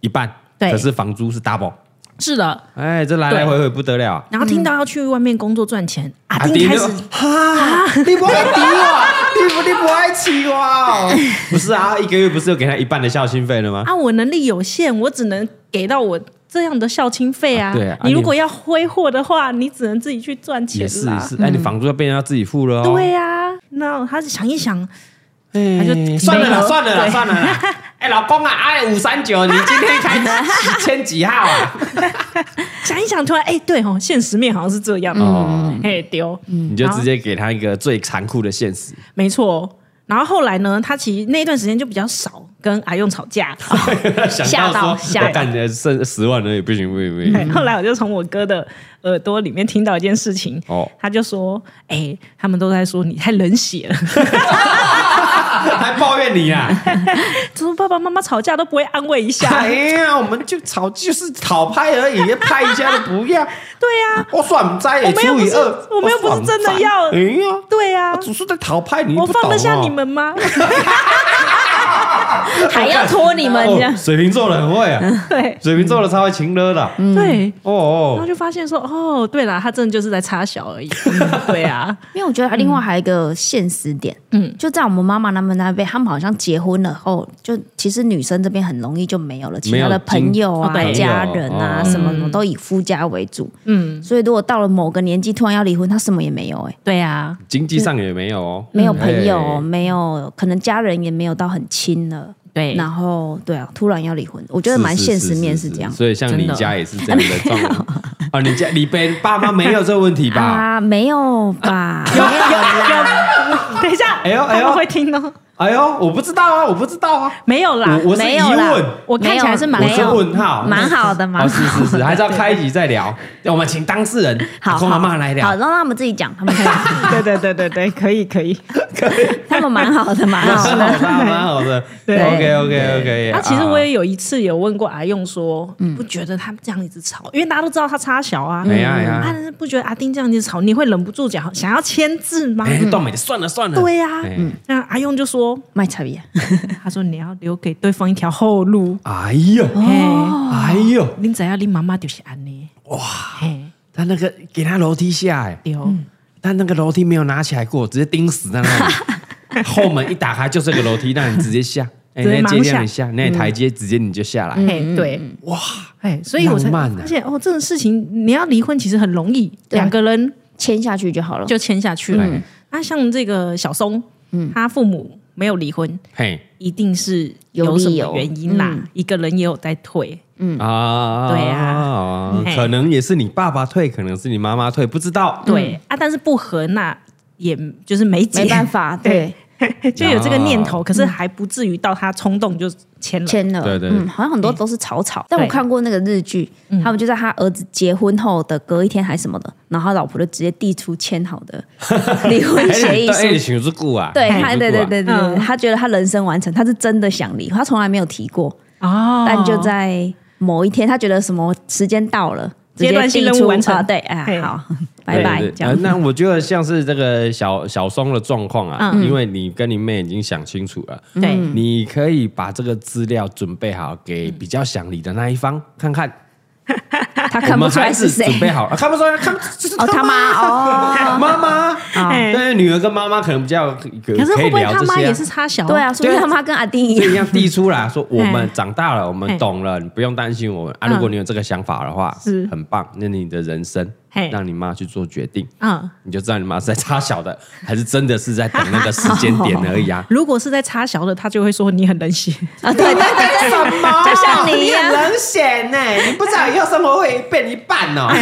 Speaker 1: 一半，
Speaker 3: 对
Speaker 1: 可是房租是 double，
Speaker 3: 是的。
Speaker 1: 哎，这来来回回不得了。啊
Speaker 3: 然后听到要去外面工作赚钱，阿丁
Speaker 1: 丁
Speaker 3: 啊开
Speaker 1: 就
Speaker 3: 始
Speaker 1: 哈，你不爱敌我，你不你不爱气我哦。不是啊，一个月不是有给他一半的孝心费了吗？
Speaker 3: 啊，我能力有限，我只能给到我这样的孝亲费啊
Speaker 1: 啊。对啊
Speaker 3: 你
Speaker 1: 啊
Speaker 3: 如
Speaker 1: 你
Speaker 3: 果要挥霍的话，你只能自己去赚钱
Speaker 1: 也是也
Speaker 3: 啦。
Speaker 1: 是，哎，你房租要变成要自己付了哦。
Speaker 3: 啊嗯对呀，那他想一想，
Speaker 1: 哎，
Speaker 3: 他就
Speaker 1: 算了啦，
Speaker 3: 没有
Speaker 1: 算了啦，
Speaker 3: 对
Speaker 1: 算了啦。 哎，老公啊，哎，五三九，你今天开几千几号啊？
Speaker 3: 想一想，突然哎、对哦，现实面好像是这样，
Speaker 1: 哦 嗯
Speaker 3: 哦，哎丢，
Speaker 1: 你就直接给他一个最残酷的现 实。
Speaker 3: 没错。哦然后后来呢，他其实那一段时间就比较少跟阿用吵 架。
Speaker 1: 想
Speaker 2: 吓
Speaker 1: 到
Speaker 2: 到
Speaker 1: 说，
Speaker 2: 吓到
Speaker 1: 我感觉剩十万而已，不行不行不行。
Speaker 3: 对后来我就从我哥的耳朵里面听到一件事情，
Speaker 1: 哦，
Speaker 3: 他就说：“哎、他们都在说你太冷 血了，
Speaker 1: 还抱怨你啊？
Speaker 3: 就说爸爸妈妈吵架都不会安慰一下
Speaker 1: 哎。呀，我们就吵就是讨拍而已，拍一下都不要。”
Speaker 3: 对啊呀、
Speaker 1: 我算唔知欸，
Speaker 3: 我们又
Speaker 1: 除
Speaker 3: 不是
Speaker 1: 以二，
Speaker 3: 我们又不是真的要
Speaker 1: 哎呀，
Speaker 3: 对呀、
Speaker 1: 我只是在逃拍，你
Speaker 3: 我
Speaker 1: 不懂
Speaker 3: 放得下
Speaker 1: 哦
Speaker 3: 你。们吗？
Speaker 2: 还要拖你们这样
Speaker 1: 哦，水瓶座的很会啊，
Speaker 3: 对嗯
Speaker 1: 水瓶座的超会情勒的啊。
Speaker 3: 对。
Speaker 1: 哦
Speaker 3: 然
Speaker 1: 哦，
Speaker 3: 后就发现说，哦，对啦，他真的就是在插小 而已。对啊，
Speaker 2: 因为我觉得
Speaker 1: 嗯
Speaker 2: 另外还有一个现实点，嗯，就在我们妈妈他们那边，他们好像结婚了后，就其实女生这边很容易就没有了其他
Speaker 1: 没有
Speaker 2: 的朋友
Speaker 3: 哦
Speaker 2: 啊
Speaker 3: 对、
Speaker 2: 家人啊
Speaker 1: 朋友哦
Speaker 2: 什么什么，都以夫家为主。
Speaker 3: 嗯，
Speaker 2: 所以如果到了某个年纪突然要离婚，他什么也没有，哎，
Speaker 3: 对啊，
Speaker 1: 经济上也没有哦，
Speaker 2: 没有朋
Speaker 1: 嗯哎
Speaker 2: 友，没有可能家人也没有到很亲了。
Speaker 1: 哎
Speaker 3: 对
Speaker 2: 然后对啊，突然要离婚，我觉得蛮现实面是这样。
Speaker 1: 所以像你
Speaker 3: 真的
Speaker 1: 家也是这样的状况 啊，你家你爸爸妈没有这个问题吧？
Speaker 2: 啊，没有 吧？啊没有啦，
Speaker 3: 等一下，
Speaker 1: 哎呦哎
Speaker 3: 他
Speaker 1: 呦
Speaker 3: 们会听哦。
Speaker 1: 哎呦，我不知道啊，我不知道啊，
Speaker 3: 没有啦，
Speaker 1: 我我是
Speaker 2: 没
Speaker 1: 疑
Speaker 2: 有啦
Speaker 1: 问。
Speaker 3: 我看起来是蛮
Speaker 1: 我
Speaker 2: 没
Speaker 1: 是
Speaker 2: 有
Speaker 1: 问号，
Speaker 2: 蛮好的，
Speaker 1: 哦，
Speaker 2: 蛮
Speaker 1: 是
Speaker 2: 好
Speaker 1: 是是，还是要开一集再聊。我们请当事人
Speaker 2: 好，
Speaker 1: 空
Speaker 2: 好
Speaker 1: 妈妈来聊
Speaker 2: 好，。让他们自己讲，他们可以
Speaker 3: 对对对对对，可以可以。
Speaker 2: 他们蛮好的，蛮好
Speaker 1: 蛮
Speaker 2: 的。
Speaker 1: 好的，蛮好的。 啊
Speaker 3: 对
Speaker 1: OK OK OK。
Speaker 2: 啊
Speaker 3: 那其实
Speaker 2: 嗯
Speaker 3: 我也有一次有问过阿用说，不觉得他们这样一直吵，因为大家都知道他差小啊，
Speaker 1: 哎呀哎呀
Speaker 3: 啊但是不觉得阿丁这样一直吵，你会忍不住讲想要签字吗？
Speaker 1: 哎，断美的算了算了。
Speaker 3: 对呀、
Speaker 1: 哎
Speaker 2: 嗯
Speaker 3: 那阿用就说，
Speaker 2: 卖啊茶叶，
Speaker 3: 他说你要留给对方一条后路，
Speaker 1: 哎呦，
Speaker 2: 哦
Speaker 1: 哎
Speaker 3: 哎，
Speaker 1: 呦，
Speaker 3: 你只要你妈妈就是安妮，哇，嘿，
Speaker 1: 他那个给他楼梯下哎来，
Speaker 3: 对，哦
Speaker 1: 他那个楼梯没有拿起来过，直接钉死在那里。 后门一打开就是个楼梯，让你直接下。哎，
Speaker 3: 直接
Speaker 1: 那
Speaker 3: 盲
Speaker 1: 阶梯让你
Speaker 3: 下
Speaker 1: 下，
Speaker 2: 嗯
Speaker 1: 那台阶直接你就下来。
Speaker 3: 嘿，对，
Speaker 1: 哇，
Speaker 3: 哎，所以我才
Speaker 1: 浪漫啊
Speaker 3: 发现哦，这种事情你要离婚其实很容易，
Speaker 2: 对啊
Speaker 3: 两个人
Speaker 2: 签下去就好了。
Speaker 3: 就签下去
Speaker 1: 嗯
Speaker 2: 嗯
Speaker 3: 了。那像这个小松，他父母没有离婚，
Speaker 1: 嘿
Speaker 3: 一定是
Speaker 2: 有
Speaker 3: 有什
Speaker 2: 理
Speaker 3: 么
Speaker 2: 由
Speaker 3: 原因啦
Speaker 2: 嗯。
Speaker 3: 一个人也有在退，
Speaker 1: 啊，哦
Speaker 3: 对啊嘿
Speaker 1: 可能也是你爸爸退，可能是你
Speaker 2: 嗯
Speaker 1: 妈妈退，不知道。
Speaker 3: 对啊，但是不和那也就是没解，
Speaker 2: 没办法，对， 嗯
Speaker 3: 就有这
Speaker 1: 哦
Speaker 3: 个念头，可是还不至于到他冲动就签了。
Speaker 2: 签了，
Speaker 1: 对对
Speaker 2: 嗯，好像很多都是草草。但我看过那个日剧，他们就在他儿子结婚后的隔一天还是什么的，然后他老婆就直接递出签好的离婚协议
Speaker 1: 哎，你
Speaker 2: 书。
Speaker 1: 想是故啊？
Speaker 2: 对，
Speaker 1: 你
Speaker 2: 他
Speaker 1: 想
Speaker 2: 对
Speaker 1: 这久
Speaker 2: 对对
Speaker 1: 啊
Speaker 2: 对，对他觉得他人生完成，他是真的想离，他从来没有提过。
Speaker 3: 哦
Speaker 2: 但就在某一天，他觉得什么时间到了，直接
Speaker 3: 阶段性
Speaker 2: 递
Speaker 3: 任务
Speaker 2: 出
Speaker 3: 完成
Speaker 2: 啊对，哎
Speaker 3: 嘿
Speaker 2: 呀，好，拜拜
Speaker 1: 对对，
Speaker 2: 这
Speaker 1: 呃
Speaker 2: 样。
Speaker 1: 那我觉得像是这个小小松的状况啊，
Speaker 2: 嗯
Speaker 1: 因为你跟你妹已经想清楚了，
Speaker 3: 对
Speaker 1: 你可以把这个资料准备好给比较想你的那一方看看。
Speaker 2: 他
Speaker 1: 我
Speaker 2: 看不
Speaker 1: 们
Speaker 2: 出来
Speaker 1: 孩
Speaker 2: 是
Speaker 1: 子
Speaker 2: 谁
Speaker 1: 准备好了，看不出来，看就是
Speaker 2: 哦，他妈哦，
Speaker 1: 妈妈。
Speaker 3: 哎
Speaker 1: 对，女儿跟妈妈可能比较可
Speaker 3: 可是
Speaker 1: 可
Speaker 3: 会
Speaker 1: 以
Speaker 3: 不会
Speaker 1: 聊
Speaker 3: 他
Speaker 1: 这
Speaker 3: 妈
Speaker 1: 些
Speaker 3: 也
Speaker 1: 啊。
Speaker 3: 是差小？
Speaker 2: 对啊，说
Speaker 1: 对
Speaker 2: 明
Speaker 1: 啊
Speaker 2: 他妈跟阿丁一
Speaker 1: 所以一
Speaker 2: 样，
Speaker 1: 样递出 来说，我们长大了，我们
Speaker 3: 哎
Speaker 1: 懂了，你不用担心我们啊。
Speaker 3: 嗯
Speaker 1: 如果你有这个想法的话，
Speaker 3: 是
Speaker 1: 很棒，那你的人生
Speaker 3: 嘿
Speaker 1: 让你妈去做决定。
Speaker 3: 嗯，。
Speaker 1: 你就知道你妈是在插小的， 还是真的是在等那个时间点而已啊
Speaker 3: 如果是在差小的，他就会说你很冷血。
Speaker 2: 啊，对对对对，就像你一样，
Speaker 1: 冷血呢、你不知道以后生活会被你绊 哦。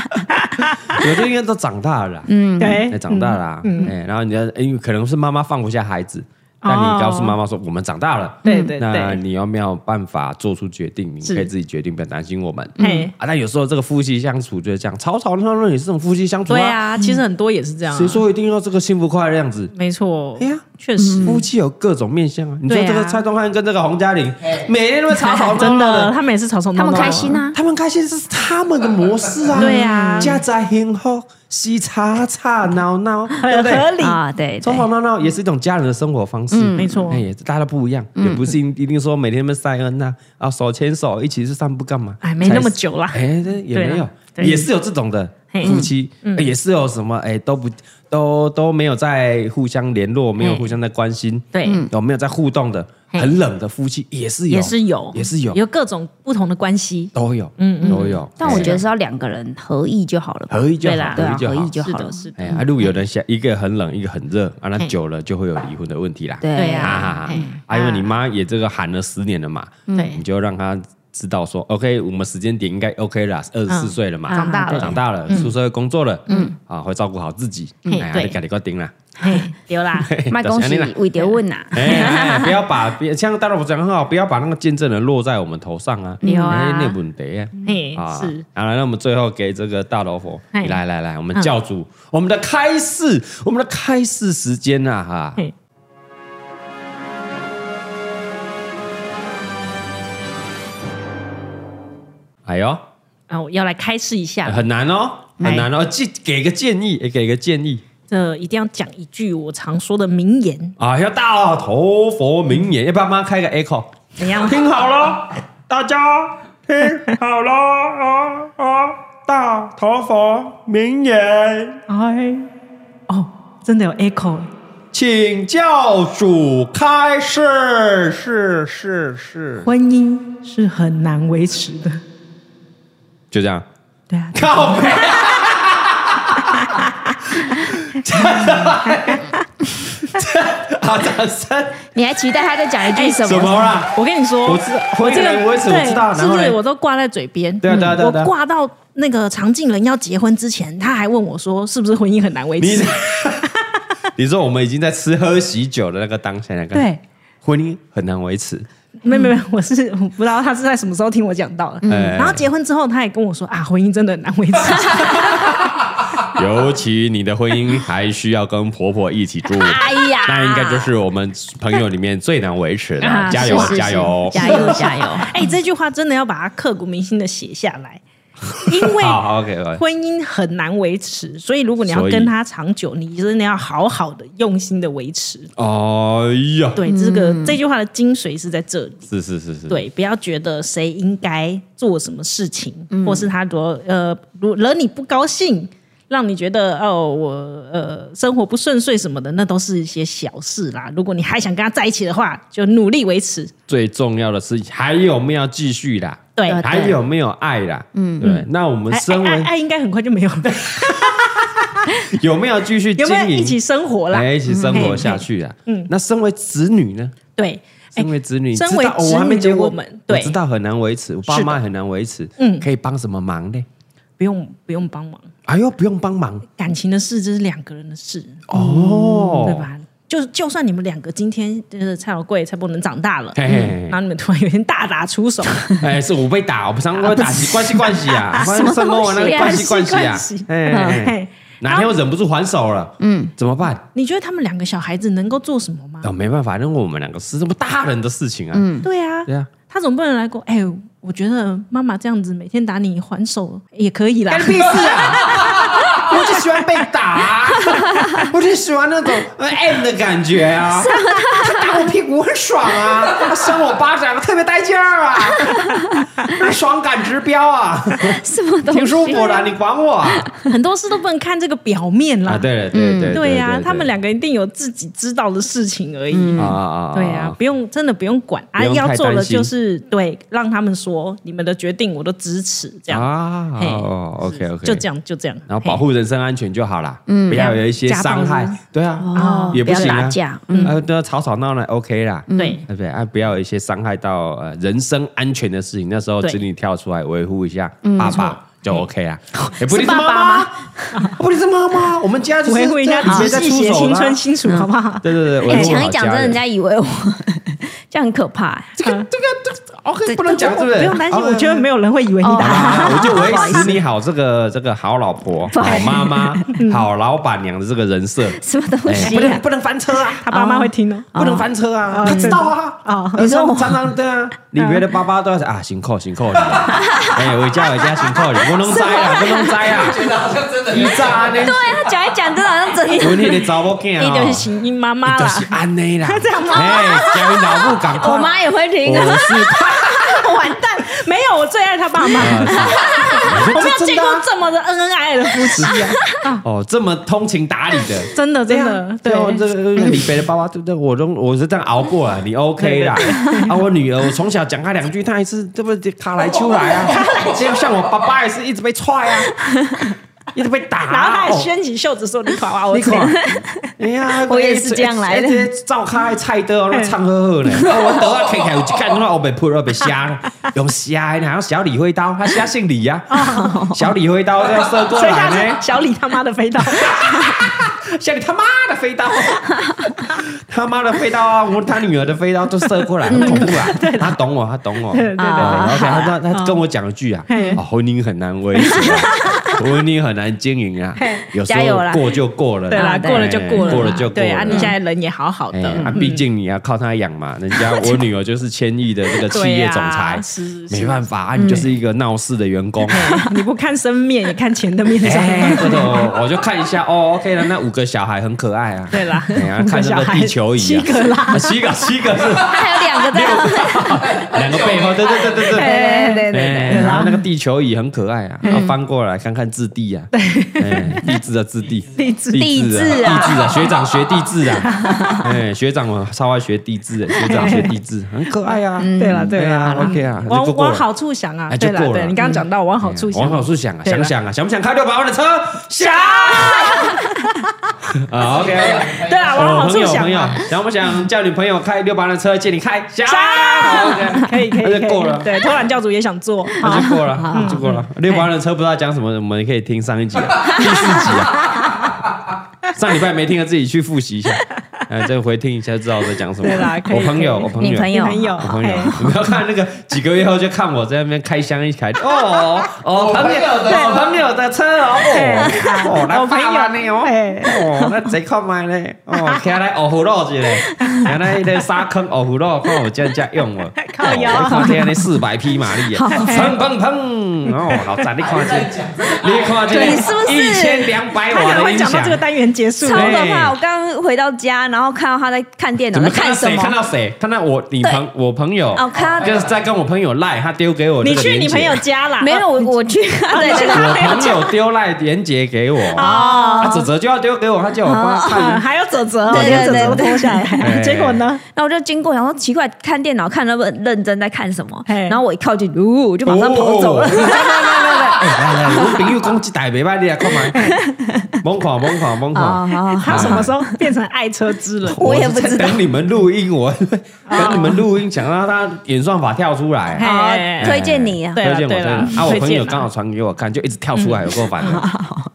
Speaker 1: 我就应该都长大了啦，嗯，
Speaker 3: 对
Speaker 1: 长大了、啊，
Speaker 3: 嗯
Speaker 1: 哎，然后你要，因为可能是妈妈放不下孩子，但你告诉妈妈说我们长大了，
Speaker 3: 哦对
Speaker 2: 嗯
Speaker 3: 对
Speaker 1: 那
Speaker 3: 对，
Speaker 1: 你有没有办法做出决定？你
Speaker 3: 是嗯
Speaker 1: 可以自己决定，不要担心我们。
Speaker 3: 嘿
Speaker 1: 啊，但有时候这个夫妻相处就是这样，吵吵闹闹也是这种夫妻相处
Speaker 3: 对
Speaker 1: 啊。
Speaker 3: 啊，其实很多也是这样啊。
Speaker 1: 谁说一定要这个幸福快乐的样子？
Speaker 3: 没错，
Speaker 1: 哎呀，
Speaker 3: 确
Speaker 2: 嗯
Speaker 3: 实，
Speaker 1: 夫妻有各种面相啊。你说
Speaker 3: 嗯对啊
Speaker 1: 这个蔡宗翰跟这个洪嘉玲，每天都会吵吵闹
Speaker 3: 真
Speaker 1: 闹
Speaker 3: 的，
Speaker 1: 的，
Speaker 3: 他们也是吵吵
Speaker 2: 他
Speaker 3: 闹闹，
Speaker 2: 们开心啊，
Speaker 1: 他们开心这是他们的模式啊。
Speaker 3: 对啊
Speaker 1: 家宅幸福，喜吵吵闹 闹，对不
Speaker 3: 很合
Speaker 1: 对？
Speaker 3: 理，
Speaker 2: 啊，对，
Speaker 1: 吵
Speaker 2: 对
Speaker 1: 吵闹闹也是一种家人的生活方式，
Speaker 3: 嗯没错嗯
Speaker 1: 哎，。也大家都不一样，也不是一一定说每天们晒恩呐，啊，手牵手一起去散步干嘛？
Speaker 3: 哎，没那么久啦。
Speaker 1: 哎，这也
Speaker 3: 对
Speaker 1: 没有
Speaker 3: 啦，对
Speaker 1: 也是有这种的
Speaker 3: 嘿嗯
Speaker 1: 夫妻，哎也是有什么哎都不都都没有在互相联络，没有互相在关心，
Speaker 3: 嗯对，
Speaker 1: 有没有在互动的
Speaker 3: 嘿
Speaker 1: 很冷的夫妻也是有，
Speaker 3: 也是有，
Speaker 1: 也是有
Speaker 3: 有各种不同的关系。
Speaker 1: 都有，嗯都有。
Speaker 2: 但我觉得
Speaker 1: 哎
Speaker 2: 是要两个人合意就好了吧，
Speaker 1: 合意就
Speaker 3: 对
Speaker 1: 好
Speaker 3: 啦，
Speaker 2: 对啊，
Speaker 1: 意就
Speaker 2: 合
Speaker 1: 好
Speaker 2: 意。就好了，
Speaker 3: 是的，
Speaker 1: 哎，啊，如果有人想一个很冷，一个很热，啊，那
Speaker 3: 嘿
Speaker 1: 久了就会有离婚的问题啦。
Speaker 2: 对
Speaker 3: 对啊
Speaker 1: 哈哈哈
Speaker 3: 嘿！嗯
Speaker 1: 啊，因为你妈也这个喊了十年了嘛，
Speaker 3: 对
Speaker 1: 你就让她知道说，OK，我们时间点应该 OK 啦，二十四岁了嘛，
Speaker 3: 嗯长大了
Speaker 1: 长大了，出社会工作了，嗯，啊，会照顾好自己，
Speaker 3: 嘿
Speaker 1: 哎呀，
Speaker 3: 对
Speaker 1: 你赶紧给我顶 啦，
Speaker 3: 嘿，丢啦，
Speaker 2: 卖恭
Speaker 1: 就是
Speaker 2: 喜
Speaker 1: 这样啦
Speaker 2: 为得问呐，啊
Speaker 1: 哎哎，不要把别像大老婆讲得很好，不要把那个见证人落在我们头上啊，
Speaker 3: 对啊
Speaker 1: 哎那问题啊。
Speaker 3: 嘿，
Speaker 1: 啊，
Speaker 3: 是，
Speaker 1: 好了，那我们最后给这个大老佛，
Speaker 3: 嘿嗯
Speaker 1: 来来来，我们教主，我们的开市，我们的开市时间啊，哈，
Speaker 3: 嘿
Speaker 1: 哎呦，
Speaker 3: 啊，我要来开示一下，
Speaker 1: 很难哦，
Speaker 3: 哎
Speaker 1: 很难哦，建给个建议，也给个建议
Speaker 3: 这一定要讲一句我常说的名言，
Speaker 1: 啊，要大头佛名言，要不要帮他开个 echo？
Speaker 3: 怎 样？
Speaker 1: 听好了，大家听好了啊啊！大头佛名言，
Speaker 3: 哎，哦，真的有 echo，
Speaker 1: 请教主开示，是是是，
Speaker 3: 婚姻是很难维持的。
Speaker 1: 就这样。
Speaker 3: 对啊，
Speaker 1: 靠背。好，掌声！
Speaker 2: 你还期待他再讲一句什
Speaker 1: 哎什
Speaker 2: 么？
Speaker 1: 么啦？
Speaker 3: 我跟你说，
Speaker 1: 我知我这个我知我知道，
Speaker 3: 对是
Speaker 1: 然后
Speaker 3: 不
Speaker 1: 嘞
Speaker 3: 是我都挂在嘴边？
Speaker 1: 对啊对啊对啊
Speaker 3: 我
Speaker 1: 对啊
Speaker 3: 挂到那个常静人要结婚之前，他还问我说，是不是婚姻很难维
Speaker 1: 你
Speaker 3: 持？
Speaker 1: 你说我们已经在吃喝喜酒的那个当下，那个
Speaker 3: 对，
Speaker 1: 婚姻很难维持，
Speaker 3: 没没没，
Speaker 1: 嗯
Speaker 3: 我是我不知道他是在什么时候听我讲到的。
Speaker 1: 哎
Speaker 3: 然后结婚之后，他也跟我说啊，婚姻真的很难 维持。
Speaker 1: 尤其你的婚姻还需要跟婆婆一 起住，
Speaker 2: 哎呀，
Speaker 1: 那应该就是我们朋友里面最难维持的，
Speaker 3: 啊
Speaker 1: 加油
Speaker 2: 是是是
Speaker 1: 加油！
Speaker 2: 加油加 油！
Speaker 3: 哎、这句话真的要把它刻骨铭心的写下来，因为
Speaker 1: 好好，OK，好
Speaker 3: 婚姻很难维持，所以如果你要
Speaker 1: 所以
Speaker 3: 跟他长久，你真的要好好的、用心的维持。
Speaker 1: 哎呀，
Speaker 3: 对，这个、这句话的精髓是在这里。
Speaker 1: 是是是是，
Speaker 3: 对，不要觉得谁应该做什么事情，
Speaker 1: 嗯
Speaker 3: 或是他惹呃如惹你不高兴，让你觉得哦我呃生活不顺遂什么的，那都是一些小事啦。如果你还想跟他在一起的话，就努力维持。
Speaker 1: 最重要的是还有没有要继续啦？
Speaker 3: 对，哎
Speaker 2: 对
Speaker 1: 还有没有爱啦？嗯，对。那我们
Speaker 3: 爱
Speaker 1: 身
Speaker 3: 爱
Speaker 1: 为
Speaker 3: 哎爱应该很快就没有了，
Speaker 1: 有没有继续
Speaker 3: 有
Speaker 1: 经
Speaker 3: 没有
Speaker 1: 营？
Speaker 3: 一起生活啦？
Speaker 1: 哎一起生活下去啊？嗯。那身为子女呢？
Speaker 3: 对，哎
Speaker 1: 身为子女，
Speaker 3: 身
Speaker 1: 知道
Speaker 3: 为
Speaker 1: 哦我还
Speaker 3: 子
Speaker 1: 没
Speaker 3: 女
Speaker 1: 结
Speaker 3: 的
Speaker 1: 婚
Speaker 3: 我们对
Speaker 1: 知道很难维持，我爸
Speaker 3: 是的
Speaker 1: 妈很难维持。
Speaker 3: 嗯
Speaker 1: 可以帮什么忙呢？
Speaker 3: 不用不用帮忙，
Speaker 1: 哎呦，不用帮忙
Speaker 3: 感情的事这是两个人的事，
Speaker 1: 哦，
Speaker 3: 对吧？就是就算你们两个今天就是蔡老贵、蔡伯能长大了，嗯
Speaker 1: 嘿嘿
Speaker 3: 然后你们突然有一天大打 出手，
Speaker 1: 哎，是我被打，我不伤，我打起关系关系 啊，
Speaker 2: 什么东西啊
Speaker 1: 上跟我那个关系
Speaker 3: 关
Speaker 1: 系
Speaker 3: 系
Speaker 1: 啊，
Speaker 3: 哦
Speaker 1: 哎哎哎，
Speaker 3: 嘿
Speaker 1: 哪天我忍不住还手了，嗯，怎么办？
Speaker 3: 你觉得他们两个小孩子能够做什么吗？
Speaker 1: 哦，没办法，因为我们两个是这么大人的事情啊，嗯，
Speaker 3: 对啊，
Speaker 1: 对啊，
Speaker 3: 他总不能来过，哎、我觉得妈妈这样子每天打你还手也可以啦
Speaker 1: 干。屁事啊！我就喜欢被打、我就喜欢那种呃 M 的感觉啊！他打我屁股很爽啊，他扇我巴掌特别带劲儿啊，爽感直飙 啊，
Speaker 2: 什么东西？
Speaker 1: 挺舒服的。你管我啊？
Speaker 3: 很多事都不能看这个表面啦。
Speaker 1: 对了对对
Speaker 3: 嗯对呀、他们两个一定有自己知道的事情而已。
Speaker 1: 啊啊
Speaker 3: 对呀、不用真的不用管啊，
Speaker 1: 不用太
Speaker 3: 要做的
Speaker 1: 担心
Speaker 3: 就是对，让他们说你们的决定我都支持，这样、
Speaker 1: 啊
Speaker 3: 嘿
Speaker 1: 哦，OK OK，
Speaker 3: 就这样就这样，
Speaker 1: 然后
Speaker 3: 嘿
Speaker 1: 保护人身安全就好啦，嗯，不要有一些伤害
Speaker 3: 家暴是，
Speaker 1: 对啊
Speaker 2: 哦，
Speaker 1: 也不行
Speaker 2: 不要
Speaker 1: 啊
Speaker 2: 打架，
Speaker 1: 嗯，呃，对啊，吵吵闹闹 OK 啦，
Speaker 3: 对
Speaker 1: 对不对啊？不要有一些伤害到呃人身安全的事情，那时候
Speaker 3: 对嗯
Speaker 1: 子女跳出来维护一下爸爸就 OK 啦，
Speaker 3: 哦
Speaker 1: 也不一定
Speaker 2: 是爸爸吗？
Speaker 1: 啊不一定是妈妈，我们家就是
Speaker 3: 维护一下
Speaker 1: 这样没
Speaker 3: 你的
Speaker 1: 在
Speaker 3: 戏
Speaker 1: 出
Speaker 3: 血
Speaker 1: 手
Speaker 3: 青春
Speaker 1: 啦，嗯
Speaker 3: 清楚，好不好？
Speaker 1: 对对对，
Speaker 2: 哎
Speaker 1: 维护
Speaker 2: 讲一
Speaker 1: 好
Speaker 2: 讲，真
Speaker 1: 家
Speaker 2: 的人
Speaker 1: 人。
Speaker 2: 家以为我 这样很可怕、
Speaker 1: 这个这个这个 OK 不能讲，
Speaker 3: 我
Speaker 1: 是不是？
Speaker 3: 不用担心，
Speaker 1: 好
Speaker 3: 我觉得没有人会以为你打他。
Speaker 1: 啊啊，我 就维持你好这个这个好老婆、好妈妈、
Speaker 3: 嗯
Speaker 1: 好老板娘的这个人设，
Speaker 2: 什么东
Speaker 1: 哎
Speaker 2: 西、
Speaker 1: 不能
Speaker 2: 啊？
Speaker 1: 不能翻车啊！
Speaker 3: 他爸妈会听哦，
Speaker 1: 不能翻车啊！他知道啊，
Speaker 3: 哦
Speaker 1: 啊，你说常常 对啊，里面的爸爸都要说啊，辛苦辛苦你啊，哎，回家回家辛苦你，我弄栽啊，我弄栽啊，
Speaker 5: 觉得好像真的
Speaker 1: 你渣呢
Speaker 2: 对？他讲一讲，真的好像 真的。
Speaker 1: 我那个查某囝
Speaker 3: 你就是
Speaker 1: 哦，
Speaker 3: 行英妈妈
Speaker 1: 你就
Speaker 3: 啦。
Speaker 1: 是安内 啦，哎，叫你老母赶快，
Speaker 2: 我妈也会听啊
Speaker 1: 我， 是
Speaker 3: 完蛋，没有，我最爱他爸妈，
Speaker 1: 啊是
Speaker 3: 我
Speaker 1: 我
Speaker 3: 没有
Speaker 1: 这真
Speaker 3: 见
Speaker 1: 的
Speaker 3: 过
Speaker 1: 啊
Speaker 3: 这么的恩恩爱爱的夫妻啊！
Speaker 1: 哦，这么通情达理的。
Speaker 3: 真的，真的，
Speaker 1: 对
Speaker 3: 嗯对
Speaker 1: 啊，我这个李北的爸爸，对不对？我都我是这样熬过来，你 OK 啦。啊，我女儿，我从小讲她两句，她还是这不卡来秋来啊。 像像我爸爸也是一直被踹啊，一直被打啊。
Speaker 3: 然后他还
Speaker 1: 哦
Speaker 3: 掀起袖子说：“你垮娃，我
Speaker 1: 你
Speaker 3: 这
Speaker 1: 看，哎 呀，哎
Speaker 2: 我也是这样来的
Speaker 1: 这些照开菜刀，我那唱呵呵呢，
Speaker 3: 嗯
Speaker 1: 啊我得啊，看看有一干，那我被扑了，被瞎，用瞎呢，还有小李挥刀，他瞎姓李呀，小李挥刀这样射过
Speaker 3: 哦所以他
Speaker 1: 来呢
Speaker 3: 是，小李他妈的飞刀，
Speaker 1: 像你他妈的飞 刀，他妈的飞刀啊！我他女儿的飞刀都射过来，很恐怖啊！他懂我，他懂我。
Speaker 3: 对对对
Speaker 1: 啊而且他他他跟我讲一句啊，啊，婚姻很难维持啊，婚姻很难经营啊，有时
Speaker 2: 加油啦
Speaker 1: 候过就过了，
Speaker 3: 对啦，
Speaker 2: 啊对
Speaker 3: 过了就过了啦，
Speaker 1: 过了就过
Speaker 3: 对
Speaker 1: 了
Speaker 3: 啊，你现在人也好好
Speaker 1: 哎
Speaker 3: 的，
Speaker 1: 啊，毕竟你要靠他养 嘛，人家我女儿就是千亿的这个企业总
Speaker 3: 对
Speaker 1: 裁
Speaker 3: 啊，是
Speaker 1: 没办法啊，你就是嗯一个闹事的员工。
Speaker 3: 你不看生面也看钱的面上。
Speaker 1: 哎，这种我就看一下哦，OK 了，那五个小孩很可爱啊。
Speaker 3: 对啦
Speaker 1: 哎呀，看那个地球仪、啊，
Speaker 3: 七个啦，
Speaker 1: 啊七个，七个是
Speaker 2: 他还有两个在后面。
Speaker 1: 两个背后，对对对 对对。
Speaker 2: 对对对
Speaker 1: 哎然后那个地球仪很可爱啊，然后翻过来看看质地啊，哎地质的质地，
Speaker 3: 地质
Speaker 1: 地
Speaker 2: 地
Speaker 1: 质
Speaker 2: 质啊
Speaker 1: 啊，地质啊，学长学地质啊，哎，学长我超爱学地质的，学长学地质很可爱啊，
Speaker 3: 对啦对
Speaker 1: 对
Speaker 3: 啦
Speaker 1: 啊，OK 啊，就
Speaker 3: 往
Speaker 1: 过
Speaker 3: 往
Speaker 1: 了。
Speaker 3: 好处想啊
Speaker 1: 哎，就
Speaker 3: 对啦
Speaker 1: 过了
Speaker 3: 对，你刚刚讲到往好处想，
Speaker 1: 往好处想啊，
Speaker 3: 对啦
Speaker 1: 想想啊，想不想开六百万的车？想啊，OK，
Speaker 3: 对啦，往好
Speaker 1: 朋
Speaker 3: 处
Speaker 1: 友
Speaker 3: 想
Speaker 1: 朋友
Speaker 3: 啊，，
Speaker 1: 想不想叫你朋友开六百万的车借你开？想，好，OK
Speaker 3: 想可以可以
Speaker 1: 那
Speaker 3: 可
Speaker 1: 就
Speaker 3: 以
Speaker 1: 过了，哎
Speaker 3: 对，偷懒教主也想做，好嗯
Speaker 1: 那就过了，那就过了。六八的车不知道讲什么，我们可以听上一集、 第四集啊。 上礼拜没听的，自己去复习一下，呃，再回听一下，知道我在讲什么。
Speaker 3: 对啦可以
Speaker 1: 我朋友，
Speaker 3: 可以
Speaker 1: 我朋
Speaker 2: 你
Speaker 1: 友，
Speaker 2: 朋
Speaker 3: 女
Speaker 2: 友
Speaker 3: 朋友，哎
Speaker 1: 我朋友
Speaker 3: 嘿，
Speaker 1: 你不要看那个几个月后就看我在那边开箱一台哦哦，
Speaker 5: 我
Speaker 1: 朋
Speaker 5: 朋
Speaker 1: 友
Speaker 5: 友
Speaker 1: 的
Speaker 5: 的
Speaker 1: 我朋友的车哦哦，哦，那
Speaker 3: 哎我朋友
Speaker 1: 爸爸呢
Speaker 3: 哎
Speaker 1: 哦，哦，那贼看买呢 哦，看来哦葫芦一个，看来那沙坑哦葫芦，看我这样这样用哦，
Speaker 3: 靠腰
Speaker 1: 哦我看这样的四百匹马力耶，啊砰砰砰，哦，好赞，你看这，你看这，
Speaker 2: 你是不是
Speaker 1: 一千两百
Speaker 3: 他可
Speaker 1: 瓦
Speaker 3: 能
Speaker 1: 哎的
Speaker 3: 会
Speaker 1: 音
Speaker 3: 讲到
Speaker 1: 响
Speaker 3: 这？个单元结束
Speaker 2: 超，可怕！我刚刚回到家，然后看到他在看电脑，
Speaker 1: 怎
Speaker 2: 在
Speaker 1: 么看到
Speaker 2: 什
Speaker 1: 谁？
Speaker 2: 么
Speaker 1: 看？到谁？看到我，你朋我朋友，
Speaker 2: 哦，看到
Speaker 1: 就是在跟我朋友赖，他丢给我这
Speaker 3: 你
Speaker 1: 个
Speaker 3: 去你
Speaker 1: 链接
Speaker 3: 朋友家啦，
Speaker 2: 没有我，我去 他的那
Speaker 1: 我
Speaker 2: 个
Speaker 1: 朋友丢赖连结给我，啊，
Speaker 2: 哦，
Speaker 1: 泽泽就要丢给我，他叫我帮他
Speaker 3: 啊，
Speaker 1: 看。
Speaker 3: 还要泽泽，
Speaker 2: 对对
Speaker 3: 我就泽泽
Speaker 2: 对
Speaker 3: 脱下来，
Speaker 1: 对
Speaker 3: 结果呢？
Speaker 2: 那我就经过，然后奇怪，看电脑看那么认真在看什么，
Speaker 3: 嘿
Speaker 2: 然后我一靠近，呜，我就马上跑走了
Speaker 1: 哦。来来来来哎来来，我朋友讲这台袂歹，你来看嘛。猛狂猛狂猛
Speaker 2: 哦，
Speaker 1: 狂！
Speaker 2: 好好
Speaker 3: 他什么时候变成爱车之人？
Speaker 2: 我也不知道
Speaker 1: 是在等你们录音，我 等你们录音，想让他演算法跳出来。哎
Speaker 3: 嘿
Speaker 2: 好
Speaker 3: 哎
Speaker 2: 推荐你啊
Speaker 3: 对！
Speaker 1: 推
Speaker 3: 啦
Speaker 1: 荐我，
Speaker 3: 对
Speaker 1: 推荐
Speaker 3: 啦
Speaker 1: 我啊！我
Speaker 3: 推
Speaker 1: 朋
Speaker 3: 荐
Speaker 1: 友
Speaker 3: 啦
Speaker 1: 刚好传给我看，就一直跳出来，有够烦的。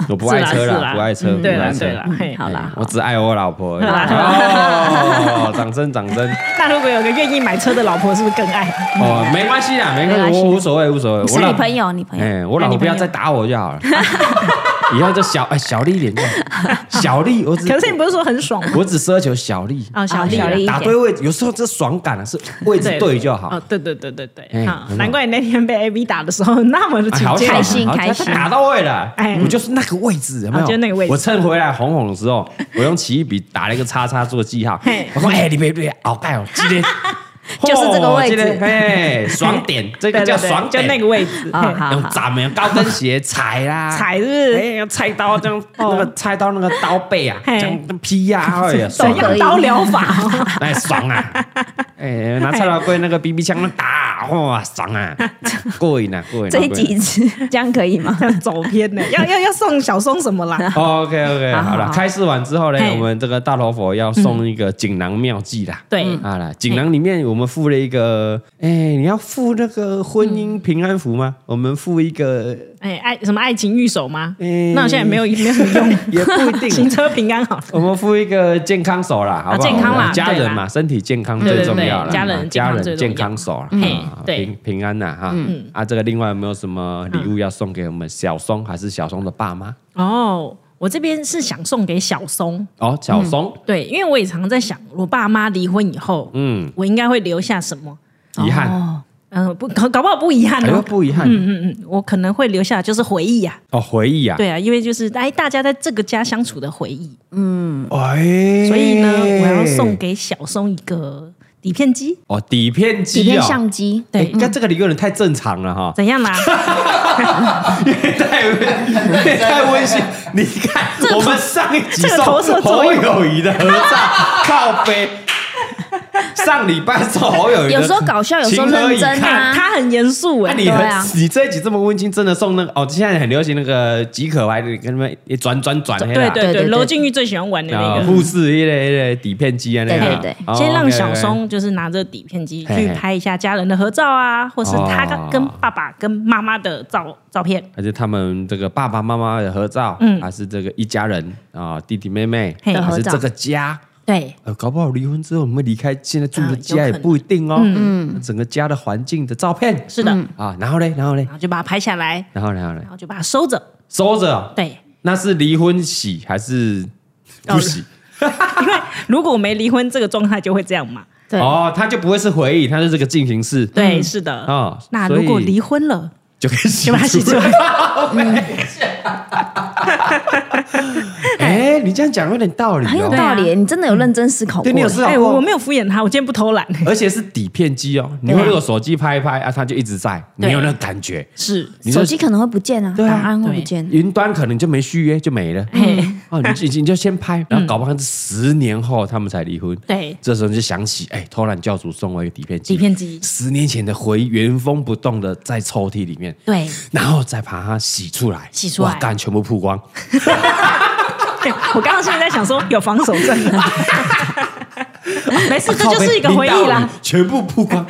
Speaker 1: 我不爱车
Speaker 3: 是
Speaker 1: 啦，不爱车，
Speaker 3: 嗯对
Speaker 1: 不爱
Speaker 3: 啦
Speaker 1: 车哎
Speaker 3: 对啦，嘿。
Speaker 2: 好啦，
Speaker 1: 我只爱我老婆而已。哦，掌声掌声！
Speaker 3: 那如果有个愿意买车的老婆，是不是更爱？
Speaker 1: 哦，没关系啦，没关
Speaker 2: 没关
Speaker 1: 系，
Speaker 2: 系
Speaker 1: 我无所谓无所谓。
Speaker 2: 是
Speaker 1: 我
Speaker 2: 你
Speaker 1: 老
Speaker 2: 朋友，你朋友，
Speaker 1: 哎，我老婆不要再打我就好了。 以后就小哎小力一点就好，小力我只
Speaker 3: 可是你不是说很爽吗？
Speaker 1: 我只奢求小力哎
Speaker 3: 哦，小
Speaker 2: 啊
Speaker 3: 丽
Speaker 2: 小
Speaker 3: 啊
Speaker 2: 丽一点
Speaker 1: 打对位，有时候这爽感啊是位置对就好
Speaker 3: 哦，。对对对对对，
Speaker 1: 哎
Speaker 3: 好
Speaker 1: 很，好
Speaker 3: 难怪你那天被 A B 打的时候那么的
Speaker 1: 哎
Speaker 3: 紧
Speaker 1: 好
Speaker 3: 张，
Speaker 1: 爽
Speaker 2: 开心
Speaker 1: 好
Speaker 2: 开心
Speaker 1: 打到位了，
Speaker 3: 哎
Speaker 1: 我就是那个位置，有没有？
Speaker 3: 哦就是那个位置
Speaker 1: 我趁回来红红的时候，我用奇异笔打了一个叉叉做记号
Speaker 3: 嘿。
Speaker 1: 我说：“哎，你别别，好盖哦，今天
Speaker 2: 就是这个位置
Speaker 1: 哎，爽 点，这个
Speaker 3: 对
Speaker 1: 叫
Speaker 3: 对对
Speaker 1: 爽
Speaker 3: 就
Speaker 1: 点，哦
Speaker 3: 那个位置，
Speaker 2: 啊
Speaker 3: 嘿
Speaker 2: 好
Speaker 1: 用咱们高跟鞋踩啦，
Speaker 3: 踩是不是？
Speaker 1: 哎，用菜刀这样，那
Speaker 2: 哦
Speaker 1: 个菜刀那个刀背啊，这
Speaker 3: 嘿
Speaker 1: 样劈呀， 哎呀，爽
Speaker 3: 怎
Speaker 1: 啊
Speaker 3: 样刀疗法？
Speaker 1: 哎，爽啊！哎，拿菜刀棍那个 BB 枪打，哇，爽 啊！过瘾啊，过瘾啊！
Speaker 2: 这一
Speaker 1: 过瘾
Speaker 2: 集是这样可以吗？
Speaker 3: 这样 走偏的，要要要送小松什么啦？
Speaker 1: OK OK，
Speaker 2: 好好
Speaker 1: 哦好了，
Speaker 2: 好
Speaker 1: 开示完之后呢，
Speaker 3: 嘿
Speaker 1: 我们这个大头佛要送一个锦囊妙计
Speaker 2: 嗯
Speaker 1: 啦。
Speaker 3: 对
Speaker 1: 好了，锦囊里面我们附了一个，哎，你要附那个婚姻平安符吗？我们附一个，
Speaker 3: 哎，爱什么爱情御守吗？
Speaker 1: 哎
Speaker 3: 那我现在没有没有什么用，
Speaker 1: 也不一
Speaker 3: 行
Speaker 1: 定。
Speaker 3: 车平安好了。
Speaker 1: 我们附一个健康手啦，好不好？
Speaker 3: 啊健康啦
Speaker 1: 我们家
Speaker 3: 对啦
Speaker 1: 人嘛，身体健康最重要啦。
Speaker 3: 对对对家人
Speaker 1: 啊
Speaker 3: 健
Speaker 1: 家
Speaker 3: 康最
Speaker 1: 人
Speaker 3: 重
Speaker 1: 健
Speaker 3: 要
Speaker 1: 康手啦，
Speaker 3: 嘿
Speaker 1: 啊
Speaker 3: 对嗯
Speaker 1: 平平安呐哈。啊，这个另外有没有什么礼物要送给我们小松，还是小松的爸妈？
Speaker 3: 哦，我这边是想送给小松，
Speaker 1: 哦，小松，
Speaker 3: 对，因为我也常在想，我爸妈离婚以后，
Speaker 1: 嗯，
Speaker 3: 我应该会留下什么？
Speaker 1: 遗憾，
Speaker 2: 哦
Speaker 3: 嗯，不，搞搞不好不遗憾
Speaker 1: 哎呦，
Speaker 3: 哦。
Speaker 1: 不遗憾，
Speaker 3: 嗯嗯，我可能会留下就是回忆啊，
Speaker 1: 哦，回忆啊，
Speaker 3: 对啊，因为就是哎，大家在这个家相处的回忆，
Speaker 1: 哎，
Speaker 3: 所以呢，我要送给小松一个底片机，
Speaker 1: 哦底片机
Speaker 2: 底
Speaker 1: 哦，
Speaker 2: 片相机，
Speaker 1: 哎，
Speaker 3: 对
Speaker 1: 应该这个理论太正常了哈，
Speaker 3: 怎样啦？
Speaker 1: 太温太温馨。你看，我们上一集
Speaker 3: 这个
Speaker 1: 送
Speaker 3: 投射作
Speaker 1: 侯
Speaker 3: 用
Speaker 1: 友谊的合照靠背，上礼拜送侯友谊的，
Speaker 2: 有时候搞笑有时候
Speaker 1: 情何以
Speaker 2: 认真啊
Speaker 1: 堪
Speaker 2: 啊
Speaker 3: 他很严肃
Speaker 1: 那
Speaker 3: 哎，
Speaker 1: 你
Speaker 2: 对啊
Speaker 1: 很，你这一集这么温馨，真的送那个哦，现在很流行那个即可歪，跟他们一转转转，
Speaker 3: 对啊
Speaker 1: 嘿啦
Speaker 3: 对
Speaker 2: 对
Speaker 3: 对，哦
Speaker 2: 对
Speaker 3: 娄俊玉最喜欢玩的
Speaker 1: 然后
Speaker 3: 那个。
Speaker 1: 护士一类一类底片机啊，那个
Speaker 2: 对对对
Speaker 1: 哦
Speaker 3: 先让
Speaker 1: OK，OK
Speaker 3: 小松就是拿着底片机
Speaker 1: 嘿
Speaker 3: 去拍一下家人的合照啊，或是他
Speaker 1: 哦
Speaker 3: 跟爸爸、跟妈妈的照照片。
Speaker 1: 还是他们这个爸爸妈妈的合照，还是这个一家人啊，弟弟妹妹，
Speaker 3: 嘿
Speaker 1: 还是这个家。
Speaker 3: 对，
Speaker 1: 呃，搞不好离婚之后，我们离开现在住的
Speaker 3: 啊有可
Speaker 1: 家
Speaker 3: 能
Speaker 1: 也不一定哦。嗯，整个家的环境的照片
Speaker 3: 是的，
Speaker 1: 啊，然后嘞，然后嘞，
Speaker 3: 然后就把它拍下来，
Speaker 1: 然后嘞，然后嘞
Speaker 3: 然，后就把它收着。
Speaker 1: 收着，
Speaker 3: 对，
Speaker 1: 那是离婚喜还是不
Speaker 3: 哦
Speaker 1: 喜？
Speaker 3: 因为 如果我没离婚，这个状态就会这样嘛。
Speaker 2: 对
Speaker 1: 哦，它就不会是回忆，它就是个进行式。
Speaker 3: 对，是的。
Speaker 1: 啊，
Speaker 3: 那
Speaker 1: 所以
Speaker 3: 如果离婚了，
Speaker 1: 就可以洗
Speaker 3: 就把它 洗出来。
Speaker 1: 哎，你这样讲有点道理
Speaker 2: 很有
Speaker 1: 哦，
Speaker 2: 道理，你真的有认真思考过
Speaker 1: 对，你有思考
Speaker 3: 哎，我我
Speaker 1: 过
Speaker 3: 没。有敷衍他，我今天不偷懒。
Speaker 1: 而且是底片机哦，你会如果手机拍一拍啊，它就一直在，
Speaker 3: 对
Speaker 1: 没有那个感觉。
Speaker 3: 是，
Speaker 1: 你
Speaker 2: 手
Speaker 1: 就
Speaker 2: 机可能会不见啊，
Speaker 1: 对啊
Speaker 2: 档案会不见，
Speaker 1: 云端可能就没续约就没了。
Speaker 3: 嘿，
Speaker 1: 哦，你就你就先拍，然后搞不好是十年后他们才离婚。
Speaker 3: 嗯对
Speaker 1: 这时候你就想起，哎，偷懒教主送我一个底片机，
Speaker 3: 底片机
Speaker 1: 十年前的回忆原封不动的在抽屉里面，
Speaker 3: 对，
Speaker 1: 然后再把它洗出来，
Speaker 3: 洗出来哦
Speaker 1: 哇干全部曝 光，
Speaker 3: 对我刚刚现在在想说有防守阵， 没事，这就是一个回忆
Speaker 1: 靠背
Speaker 3: 啦
Speaker 1: 零到。五，全部曝 光，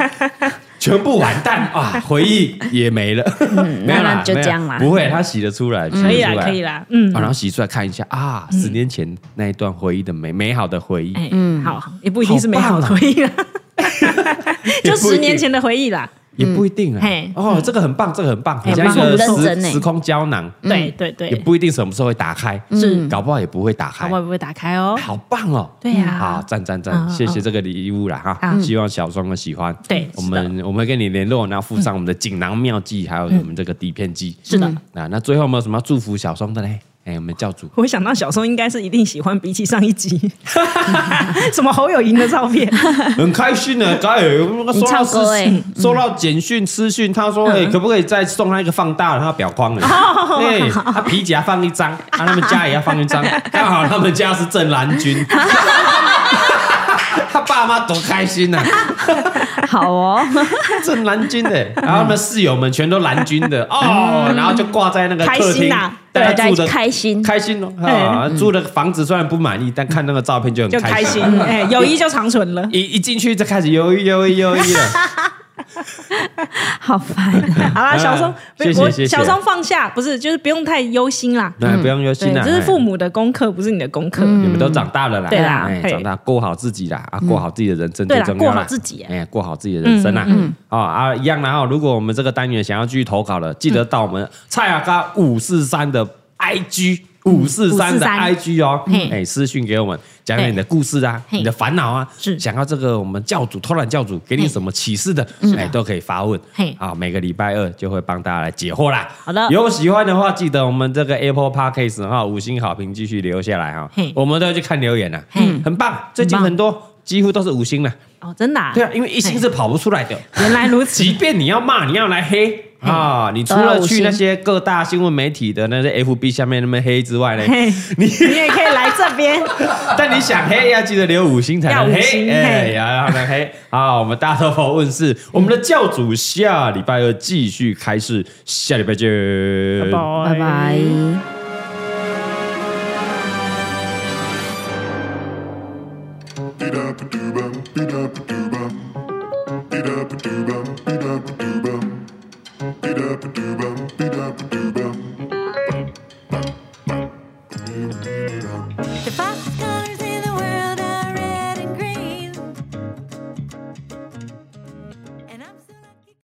Speaker 1: 全部完蛋啊！回忆也没了，
Speaker 3: 嗯
Speaker 1: 没
Speaker 2: 那
Speaker 1: 有啦，
Speaker 2: 就这样啦
Speaker 1: 没有不会，他洗得出来，
Speaker 3: 可以
Speaker 1: 洗得出
Speaker 3: 啦，
Speaker 1: 来
Speaker 3: 可以。啦，嗯
Speaker 1: 啊，，然后洗出来看一下啊，十年前那一段回忆的美美好的回忆，
Speaker 3: 哎，好，也不一定是美好的
Speaker 1: 好棒
Speaker 3: 回
Speaker 1: 啊
Speaker 3: 忆啦，
Speaker 1: 也
Speaker 3: 就
Speaker 1: 不一定
Speaker 3: 十年前的回忆啦。
Speaker 1: 也不一定啊
Speaker 3: 嗯嘿。嗯
Speaker 1: 哦，这个很棒，这个很棒，很
Speaker 3: 很
Speaker 1: 像一
Speaker 3: 棒
Speaker 1: 个
Speaker 2: 很认真
Speaker 1: 时
Speaker 2: 欸
Speaker 1: 时空胶囊，
Speaker 3: 嗯对对
Speaker 1: 也
Speaker 3: 对，
Speaker 1: 不一定什么时候会打开，
Speaker 3: 是
Speaker 1: 搞不好也不会打开
Speaker 3: 好，。会不会打开哦？
Speaker 1: 哎好棒哦！
Speaker 3: 对呀
Speaker 1: 好赞赞赞，
Speaker 3: 嗯啊
Speaker 1: 谢谢这个礼物啦哈，希望小双的喜欢。
Speaker 3: 对
Speaker 1: 我
Speaker 3: 是的嗯
Speaker 1: 们我们会跟你联络，然后附上我们的锦囊妙计，还有我们这个底片机。
Speaker 3: 是的，
Speaker 1: 啊，那最后有没有什么要祝福小双的嘞？哎，我们教主
Speaker 3: 我想到小松应该是一定喜欢，比起上一集 什么侯友谊的照片，
Speaker 1: 很开心呢，刚才有收
Speaker 2: 你
Speaker 1: 到
Speaker 2: 唱歌
Speaker 1: 私
Speaker 2: 欸
Speaker 1: 收到简讯私讯，他说哎，可不可以再送他一个放大的他表框的？哎，他皮夹放一张，啊，他们家也要放一张，刚好他们家是正蓝军，他爸妈多开心啊呐！
Speaker 2: 好哦，
Speaker 1: 正蓝军的，然后他们室友们全都蓝军的哦，然后就挂在那个客
Speaker 3: 开
Speaker 1: 厅
Speaker 3: 心啊，
Speaker 1: 大家住
Speaker 2: 对
Speaker 1: 的
Speaker 2: 开心
Speaker 1: 开心哦，啊住的房子虽然不满意，但看那个照片就很
Speaker 3: 就开
Speaker 1: 开
Speaker 3: 心
Speaker 1: 心，，
Speaker 3: 哎，友谊就长存了。
Speaker 1: 一一进去就开始犹豫犹豫犹豫了。
Speaker 2: 好烦。
Speaker 3: 好啦，小松，不
Speaker 1: 哎谢
Speaker 3: 是
Speaker 1: 谢
Speaker 3: 我
Speaker 1: 谢谢
Speaker 3: 小松放下，不是，就是不用太忧心啦。
Speaker 1: 那不用忧
Speaker 3: 嗯对
Speaker 1: 心，嗯啦，
Speaker 3: 这是
Speaker 1: 哎
Speaker 3: 父母的功课，不是你的功课。
Speaker 1: 你们都长大了啦，
Speaker 3: 对啦
Speaker 1: 哎
Speaker 3: 嘿嗯
Speaker 1: 长大过好自己啦，啊，过好自己的人生
Speaker 3: 对
Speaker 1: 最
Speaker 3: 啦
Speaker 1: 重要啦
Speaker 3: 过好自己啊嗯
Speaker 1: 哎，过好自己的人生啦，啊啊，一样啦哦。如果我们这个单元想要继续投稿的，记得到我们蔡雅嘎五四三的 IG。五
Speaker 3: 嗯
Speaker 1: 四三的
Speaker 2: 543
Speaker 1: IG 哦，
Speaker 2: 嘿
Speaker 1: 哎，私讯给我们，讲讲你的故事啊，
Speaker 2: 嘿
Speaker 1: 你的烦恼啊，
Speaker 2: 是
Speaker 1: 想要这个我们教主偷懒教主给
Speaker 3: 嗯
Speaker 1: 你什么启示的，哎，都可以发问
Speaker 2: 嘿，
Speaker 1: 啊，每个礼拜二就会帮大家来解惑啦。
Speaker 3: 好的
Speaker 1: 有如果喜欢的话，记得我们这个 Apple Podcast 哈五星好评继续留下来哈
Speaker 3: 嘿，
Speaker 1: 我们都要去看留言啊
Speaker 3: 嘿，
Speaker 1: 很棒，最近很多几乎都是五星了，
Speaker 3: 哦，真的啊
Speaker 1: 对，啊，因为一星是跑不出来的，
Speaker 3: 原来如此
Speaker 1: 即。便你要骂，你要来黑。啊、你除了去那些各大新闻媒体的那些 FB 下面那么黑之外呢，
Speaker 3: 嘿
Speaker 1: 你
Speaker 3: 你也可以来这边，
Speaker 1: 但你想黑要记得留五星才能
Speaker 3: 要五星
Speaker 1: 黑，哎，
Speaker 3: 嘿
Speaker 1: 要要能黑啊！我们大头佛问世，我们的教主下礼拜二继续开市，下礼拜见，
Speaker 2: 拜拜。
Speaker 5: Beat up a doo bum, beat up a doo bum. Beat up a doo bum, beat up a doo bum. Beat up a doo bum,